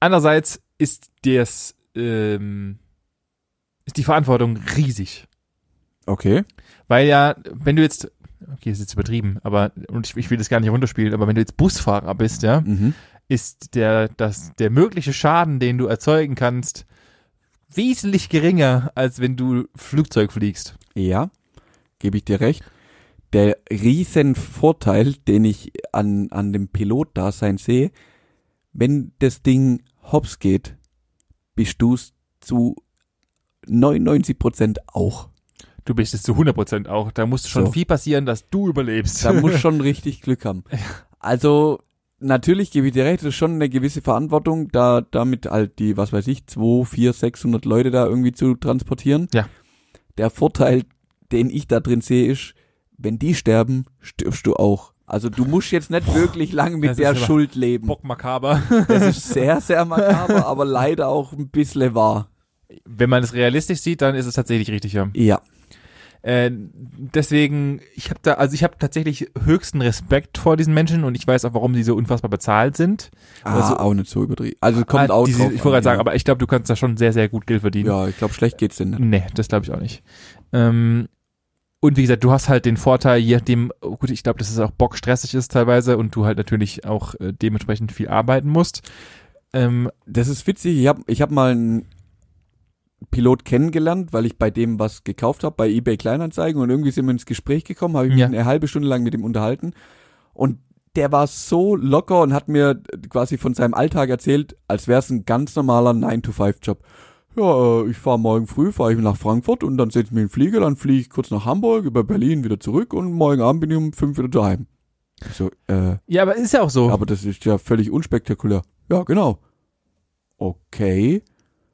andererseits ist des, ähm, ist die Verantwortung riesig. Okay. Weil ja, wenn du jetzt, okay, ist jetzt übertrieben, aber, und ich, ich will das gar nicht runterspielen, aber wenn du jetzt Busfahrer bist, ja, Mhm. ist der, das, der mögliche Schaden, den du erzeugen kannst, wesentlich geringer, als wenn du Flugzeug fliegst. Ja, gebe ich dir recht. Der riesen Vorteil, den ich an, an dem Pilotdasein sehe, wenn das Ding hops geht, bist du es zu 99% auch. Du bist es zu 100% auch. Da muss schon So. viel passieren, dass du überlebst. Da muss schon richtig Glück haben. Also natürlich gebe ich dir recht, das ist schon eine gewisse Verantwortung, da damit halt die, was weiß ich, 2, 4, 600 Leute da irgendwie zu transportieren. Ja. Der Vorteil, den ich da drin sehe, ist, wenn die sterben, stirbst du auch. Also du musst jetzt nicht wirklich lang das mit ist der aber- Schuld leben. Bock makaber. Das ist sehr, sehr makaber, aber leider auch ein bisschen wahr. Wenn man es realistisch sieht, dann ist es tatsächlich richtig, ja. Ja. Äh, deswegen, ich habe da, also ich habe tatsächlich höchsten Respekt vor diesen Menschen und ich weiß auch, warum die so unfassbar bezahlt sind. Ah, also, Also- auch nicht so übertrieben. Also kommt Ah, auch diese, drauf Ich wollte gerade an, sagen, ja. aber ich glaube, du kannst da schon sehr, sehr gut Geld verdienen. Ja, ich glaube, schlecht geht's denn nicht. Nee, das glaube ich auch nicht. Ähm, und wie gesagt, du hast halt den Vorteil, je nachdem, oh gut, ich glaube, dass es auch bockstressig ist teilweise und du halt natürlich auch äh, dementsprechend viel arbeiten musst. Ähm, Das ist witzig. Ich habe ich hab mal einen Pilot kennengelernt, weil ich bei dem was gekauft habe, bei eBay Kleinanzeigen und irgendwie sind wir ins Gespräch gekommen, habe ich mich Ja. eine halbe Stunde lang mit ihm unterhalten und der war so locker und hat mir quasi von seinem Alltag erzählt, als wäre es ein ganz normaler 9-to-5-Job. Ja, äh, ich fahre morgen früh, fahre ich nach Frankfurt und dann setze ich mich in den Flieger, dann fliege ich kurz nach Hamburg, über Berlin wieder zurück und morgen Abend bin ich um fünf wieder daheim. Ich So, äh, ja, aber ist ja auch so. aber das ist ja völlig unspektakulär. Ja, genau. Okay.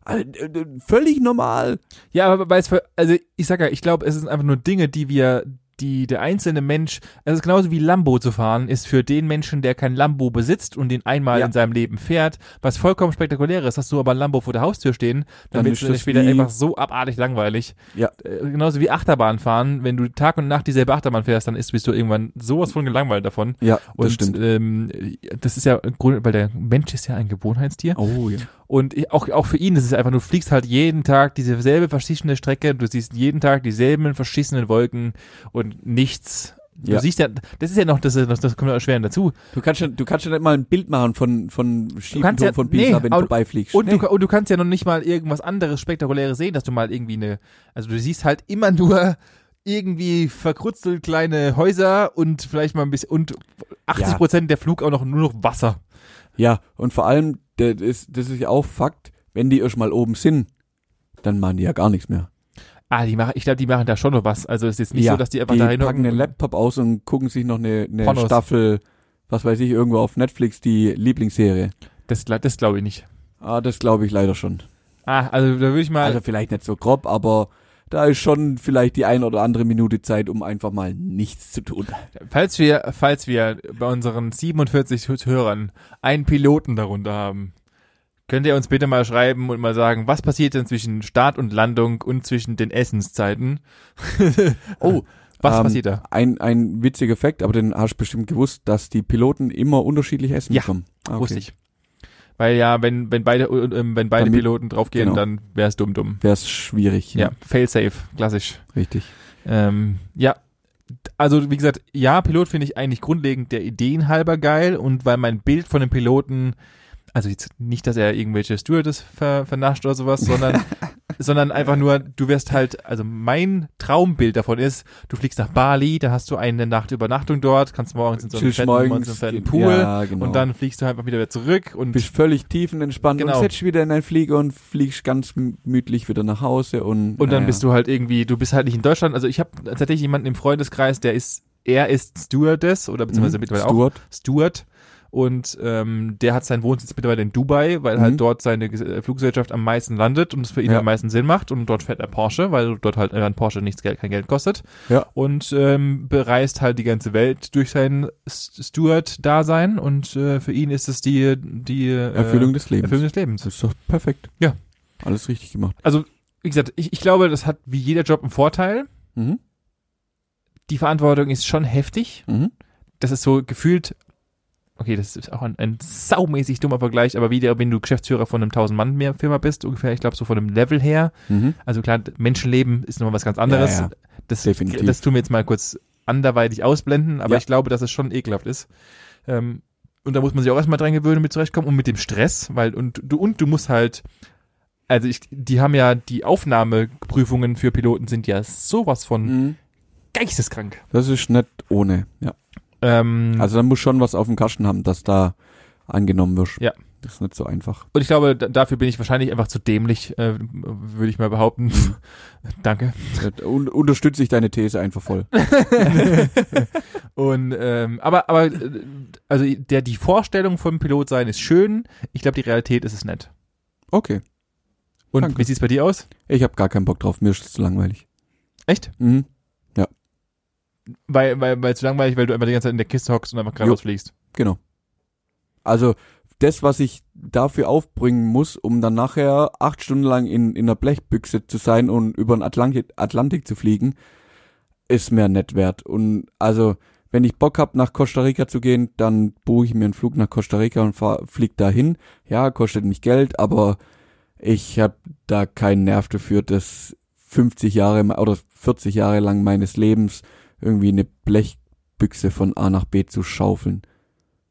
Also, äh, äh, völlig normal. Ja, aber weil es für, also ich sag ja, ich glaube, es sind einfach nur Dinge, die wir, die der einzelne Mensch, also es ist genauso wie Lambo zu fahren, ist für den Menschen, der kein Lambo besitzt und den einmal Ja. in seinem Leben fährt, was vollkommen spektakulär ist. Hast du aber ein Lambo vor der Haustür stehen, dann Dann wird ist es das später wie- einfach so abartig langweilig. Ja. Äh, genauso wie Achterbahn fahren, wenn du Tag und Nacht dieselbe Achterbahn fährst, dann ist, bist du irgendwann sowas von gelangweilt davon. Ja, das Und stimmt. Ähm, das ist ja im Grunde, weil der Mensch ist ja ein Gewohnheitstier. Oh ja. Und ich- auch, auch für ihn ist es einfach, du fliegst halt jeden Tag dieselbe verschissene Strecke, du siehst jeden Tag dieselben verschissenen Wolken und nichts. Du Ja. siehst ja, das ist ja noch, das, ist- das, das kommt ja erschwerend dazu. Du kannst ja, du kannst ja nicht mal ein Bild machen von, von schiefen kannst Turm ja- von Pisa, nee, wenn du aber- vorbeifliegst. Und, Nee. du, und du kannst ja noch nicht mal irgendwas anderes Spektakuläres sehen, dass du mal irgendwie eine, also du siehst halt immer nur irgendwie verkrutzelt kleine Häuser und vielleicht mal ein bisschen, und 80 Ja. Prozent der Flug auch noch nur noch Wasser. ja, und vor allem, das ist, das ist ja auch Fakt, wenn die erst mal oben sind, dann machen die ja gar nichts mehr. Ah, die machen, ich glaube, die machen da schon noch was. Also es ist jetzt nicht ja, so, dass die einfach die da packen hinhocken den und- Laptop aus und gucken sich noch eine, eine Pornos. Staffel, was weiß ich, irgendwo auf Netflix, die Lieblingsserie. Das, gla- das glaube ich nicht. Ah, das glaube ich leider schon. Ah, also da würde ich mal. Also vielleicht nicht so grob, aber da ist schon vielleicht die ein oder andere Minute Zeit, um einfach mal nichts zu tun. Falls wir, falls wir bei unseren 47 Hörern einen Piloten darunter haben, könnt ihr uns bitte mal schreiben und mal sagen, was passiert denn zwischen Start und Landung und zwischen den Essenszeiten? Oh, Was ähm, passiert da? Ein, ein witziger Fakt, aber den hast du bestimmt gewusst, dass die Piloten immer unterschiedlich essen Ja, bekommen. Ah, okay. Wusste ich. Weil ja, wenn, wenn beide, äh, ähm, wenn beide Damit- Piloten draufgehen, genau. dann wäre es dumm, dumm. Wäre es schwierig. Ja, fail-safe, klassisch. Richtig. Ähm, ja, also wie gesagt, ja, Pilot finde ich eigentlich grundlegend der Ideen halber geil und weil mein Bild von dem Piloten, also jetzt nicht, dass er irgendwelche Stewardess ver vernascht oder sowas, sondern, sondern einfach nur, du wirst halt, also mein Traumbild davon ist, du fliegst nach Bali, da hast du eine Nacht Übernachtung dort, kannst morgens in so einem Chillst fetten, in so einem fetten Pool Ja, genau. und dann fliegst du halt einfach wieder zurück und bist völlig tiefenentspannt Genau. und setzt wieder in deinen Flieger und fliegst ganz gemütlich wieder nach Hause und äh, Und dann bist du halt irgendwie, du bist halt nicht in Deutschland. Also ich habe tatsächlich jemanden im Freundeskreis, der ist, er ist Stewardess oder mhm, beziehungsweise mittlerweile auch Stuart. Steward. Und ähm, der hat seinen Wohnsitz mittlerweile in Dubai, weil Mhm. halt dort seine Ges- äh, Fluggesellschaft am meisten landet und es für ihn Ja. am meisten Sinn macht. Und dort fährt er Porsche, weil dort halt ein Porsche nichts Geld, kein Geld kostet. Ja. Und ähm, bereist halt die ganze Welt durch sein S- Steward-Dasein. Und äh, für ihn ist es die, die äh, Erfüllung des Lebens. Erfüllung des Lebens. das ist doch perfekt. Ja. Alles richtig gemacht. Wie gesagt, ich, ich glaube, das hat wie jeder Job einen Vorteil. Mhm. die Verantwortung ist schon heftig. Mhm. Das ist so gefühlt, okay, das ist auch ein, ein saumäßig dummer Vergleich, aber wie der, wenn du Geschäftsführer von einem 1000-Mann-Firma bist, ungefähr, ich glaube, so von einem Level her. Mhm. Also klar, Menschenleben ist nochmal was ganz anderes. Ja, ja. Das, Definitiv. das tun wir jetzt mal kurz anderweitig ausblenden, aber Ja. ich glaube, dass es schon ekelhaft ist. Ähm, und da muss man sich auch erstmal dran gewöhnen, um mit zurechtkommen und mit dem Stress, weil und du und du musst halt, also ich, die haben ja die Aufnahmeprüfungen für Piloten sind ja sowas von Mhm. geisteskrank. Das ist nicht ohne. Ja. Ähm, Also dann muss schon was auf dem Kasten haben, dass da angenommen wirst. Ja. Das ist nicht so einfach. Und ich glaube, da- dafür bin ich wahrscheinlich einfach zu dämlich, äh, würde ich mal behaupten. Mhm. Danke. Äh, Un unterstütze ich deine These einfach voll. Und ähm, aber aber äh, also der die Vorstellung vom Pilot sein ist schön. Ich glaube, die Realität ist es nett. Okay. Und Danke. wie sieht's bei dir aus? Ich habe gar keinen Bock drauf. Mir ist es zu langweilig. Echt? Mhm. Weil weil weil zu langweilig, weil du einfach die ganze Zeit in der Kiste hockst und einfach Jo. geradeaus fliegst. Genau. Also das, was ich dafür aufbringen muss, um dann nachher acht Stunden lang in, in einer Blechbüchse zu sein und über den Atlantik, Atlantik zu fliegen, ist mir nicht wert. Und also, wenn ich Bock hab, nach Costa Rica zu gehen, dann buche ich mir einen Flug nach Costa Rica und fahr, flieg dahin. Ja, kostet mich Geld, aber ich habe da keinen Nerv dafür, dass 50 Jahre me- oder 40 Jahre lang meines Lebens irgendwie eine Blechbüchse von A nach B zu schaufeln.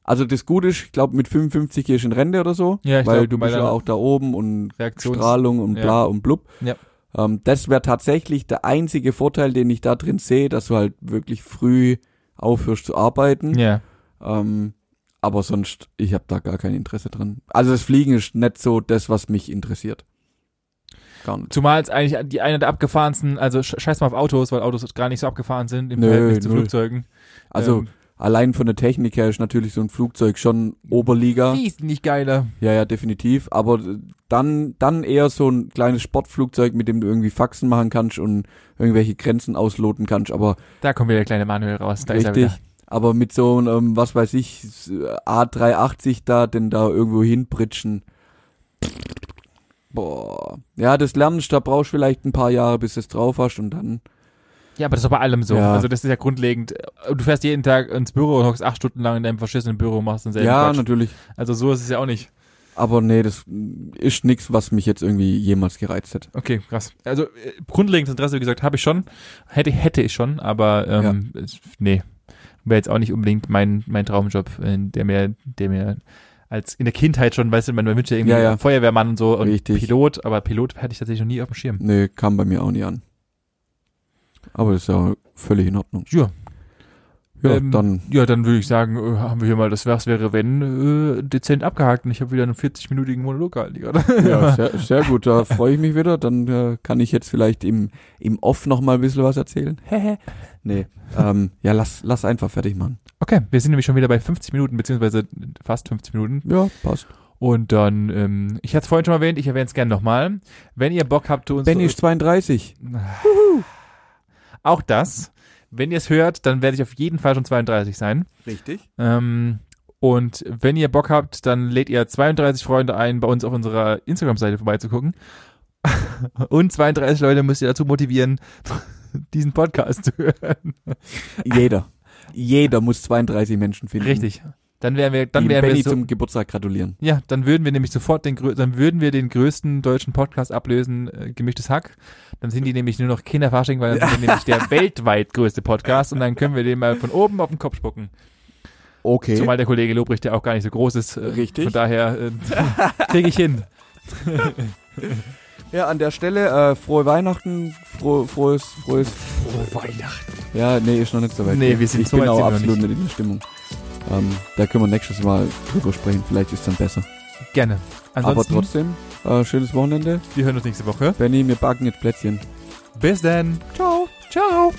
Also das Gute ist, ich glaube, mit 55 gehst du in Rente oder so, Ja, ich weil glaub, du bei bist ja der auch da oben und Reaktions- Strahlung und ja. bla und blub. Ja. Ähm, das wäre tatsächlich der einzige Vorteil, den ich da drin sehe, dass du halt wirklich früh aufhörst zu arbeiten. Ja. Ähm, aber sonst, ich habe da gar kein Interesse dran. Also das Fliegen ist nicht so das, was mich interessiert. Gar nicht. Zumal es eigentlich die eine der abgefahrensten, also sch- scheiß mal auf Autos, weil Autos gar nicht so abgefahren sind im Nö, Verhältnis zu null. Flugzeugen. Also ähm, allein von der Technik her ist natürlich so ein Flugzeug schon Ähm, Oberliga. wesentlich geiler. Ja, ja, definitiv. Aber dann, dann eher so ein kleines Sportflugzeug, mit dem du irgendwie Faxen machen kannst und irgendwelche Grenzen ausloten kannst. Aber Da kommt wieder der kleine Manuel raus. Da ist er richtig. wieder. aber mit so einem, ähm, was weiß ich, A380 da, denn da irgendwo hinpritschen. Boah. Ja, das lernst, da brauchst du vielleicht ein paar Jahre, bis du es drauf hast und dann. Ja, aber das ist doch bei allem so. Ja. Also das ist ja grundlegend. äh, Du fährst jeden Tag ins Büro und hockst acht Stunden lang in deinem verschissenen Büro und machst denselben ja, Quatsch. natürlich. Also so ist es ja auch nicht. Aber nee, das ist nix, was mich jetzt irgendwie jemals gereizt hätte. Okay, krass. Also äh, grundlegendes Interesse, wie gesagt, habe ich schon. Hätte, hätte ich schon, aber ähm, es- nee. Wäre jetzt auch nicht unbedingt mein, mein Traumjob, äh, der mir, der mir als in der Kindheit schon, weißt du, man wünscht ja irgendwie Ja, ja. Feuerwehrmann und so und Richtig. Pilot, aber Pilot hatte ich tatsächlich noch nie auf dem Schirm. Nee, kam bei mir auch nie an. Aber das ist ja völlig in Ordnung. Ja. Ja, Ähm, dann Ja, dann würde ich sagen, äh, haben wir hier mal das Was wäre wenn äh, dezent abgehakt und ich habe wieder einen 40-minütigen Monolog gehalten gerade. ja, sehr, sehr gut, da freue ich mich wieder. Dann äh, kann ich jetzt vielleicht im, im Off noch mal ein bisschen was erzählen. nee, ähm, ja, lass, lass einfach fertig machen. Okay, wir sind nämlich schon wieder bei 50 Minuten, beziehungsweise fast 50 Minuten. Ja, passt. Und dann, ähm, ich hatte es vorhin schon erwähnt, ich erwähne es gerne nochmal. Wenn ihr Bock habt, uns... Also, Benny ist 32. auch das. Wenn ihr es hört, dann werde ich auf jeden Fall schon 32 sein. Richtig. Ähm, und wenn ihr Bock habt, dann lädt ihr 32 Freunde ein, bei uns auf unserer Instagram-Seite vorbeizugucken. Und 32 Leute müsst ihr dazu motivieren, diesen Podcast zu hören. Jeder. Jeder muss 32 Menschen finden. Richtig. Dann wären wir, dann die wären Benny wir so, zum Geburtstag gratulieren. ja, dann würden wir nämlich sofort den, grö- dann würden wir den größten deutschen Podcast ablösen, äh, gemischtes Hack. Dann sind die nämlich nur noch Kinderfasching, weil dann sind wir nämlich der weltweit größte Podcast und dann können wir den mal von oben auf den Kopf spucken. Okay. Zumal der Kollege Lobrecht ja auch gar nicht so groß ist. äh, Richtig. Von daher äh, kriege ich hin. Ja, an der Stelle äh, frohe Weihnachten, frohe, frohes, frohes. Oh, Weihnachten. Ja, nee, ist noch nicht so weit. Nee, wir sind ich so bin weit auch sind wir absolut nicht in der Stimmung. Ähm, da können wir nächstes Mal drüber sprechen. Vielleicht ist dann besser. Gerne. Ansonsten, Aber trotzdem, äh, schönes Wochenende. wir hören uns nächste Woche. Benny, wir backen jetzt Plätzchen. Bis dann. Ciao. Ciao.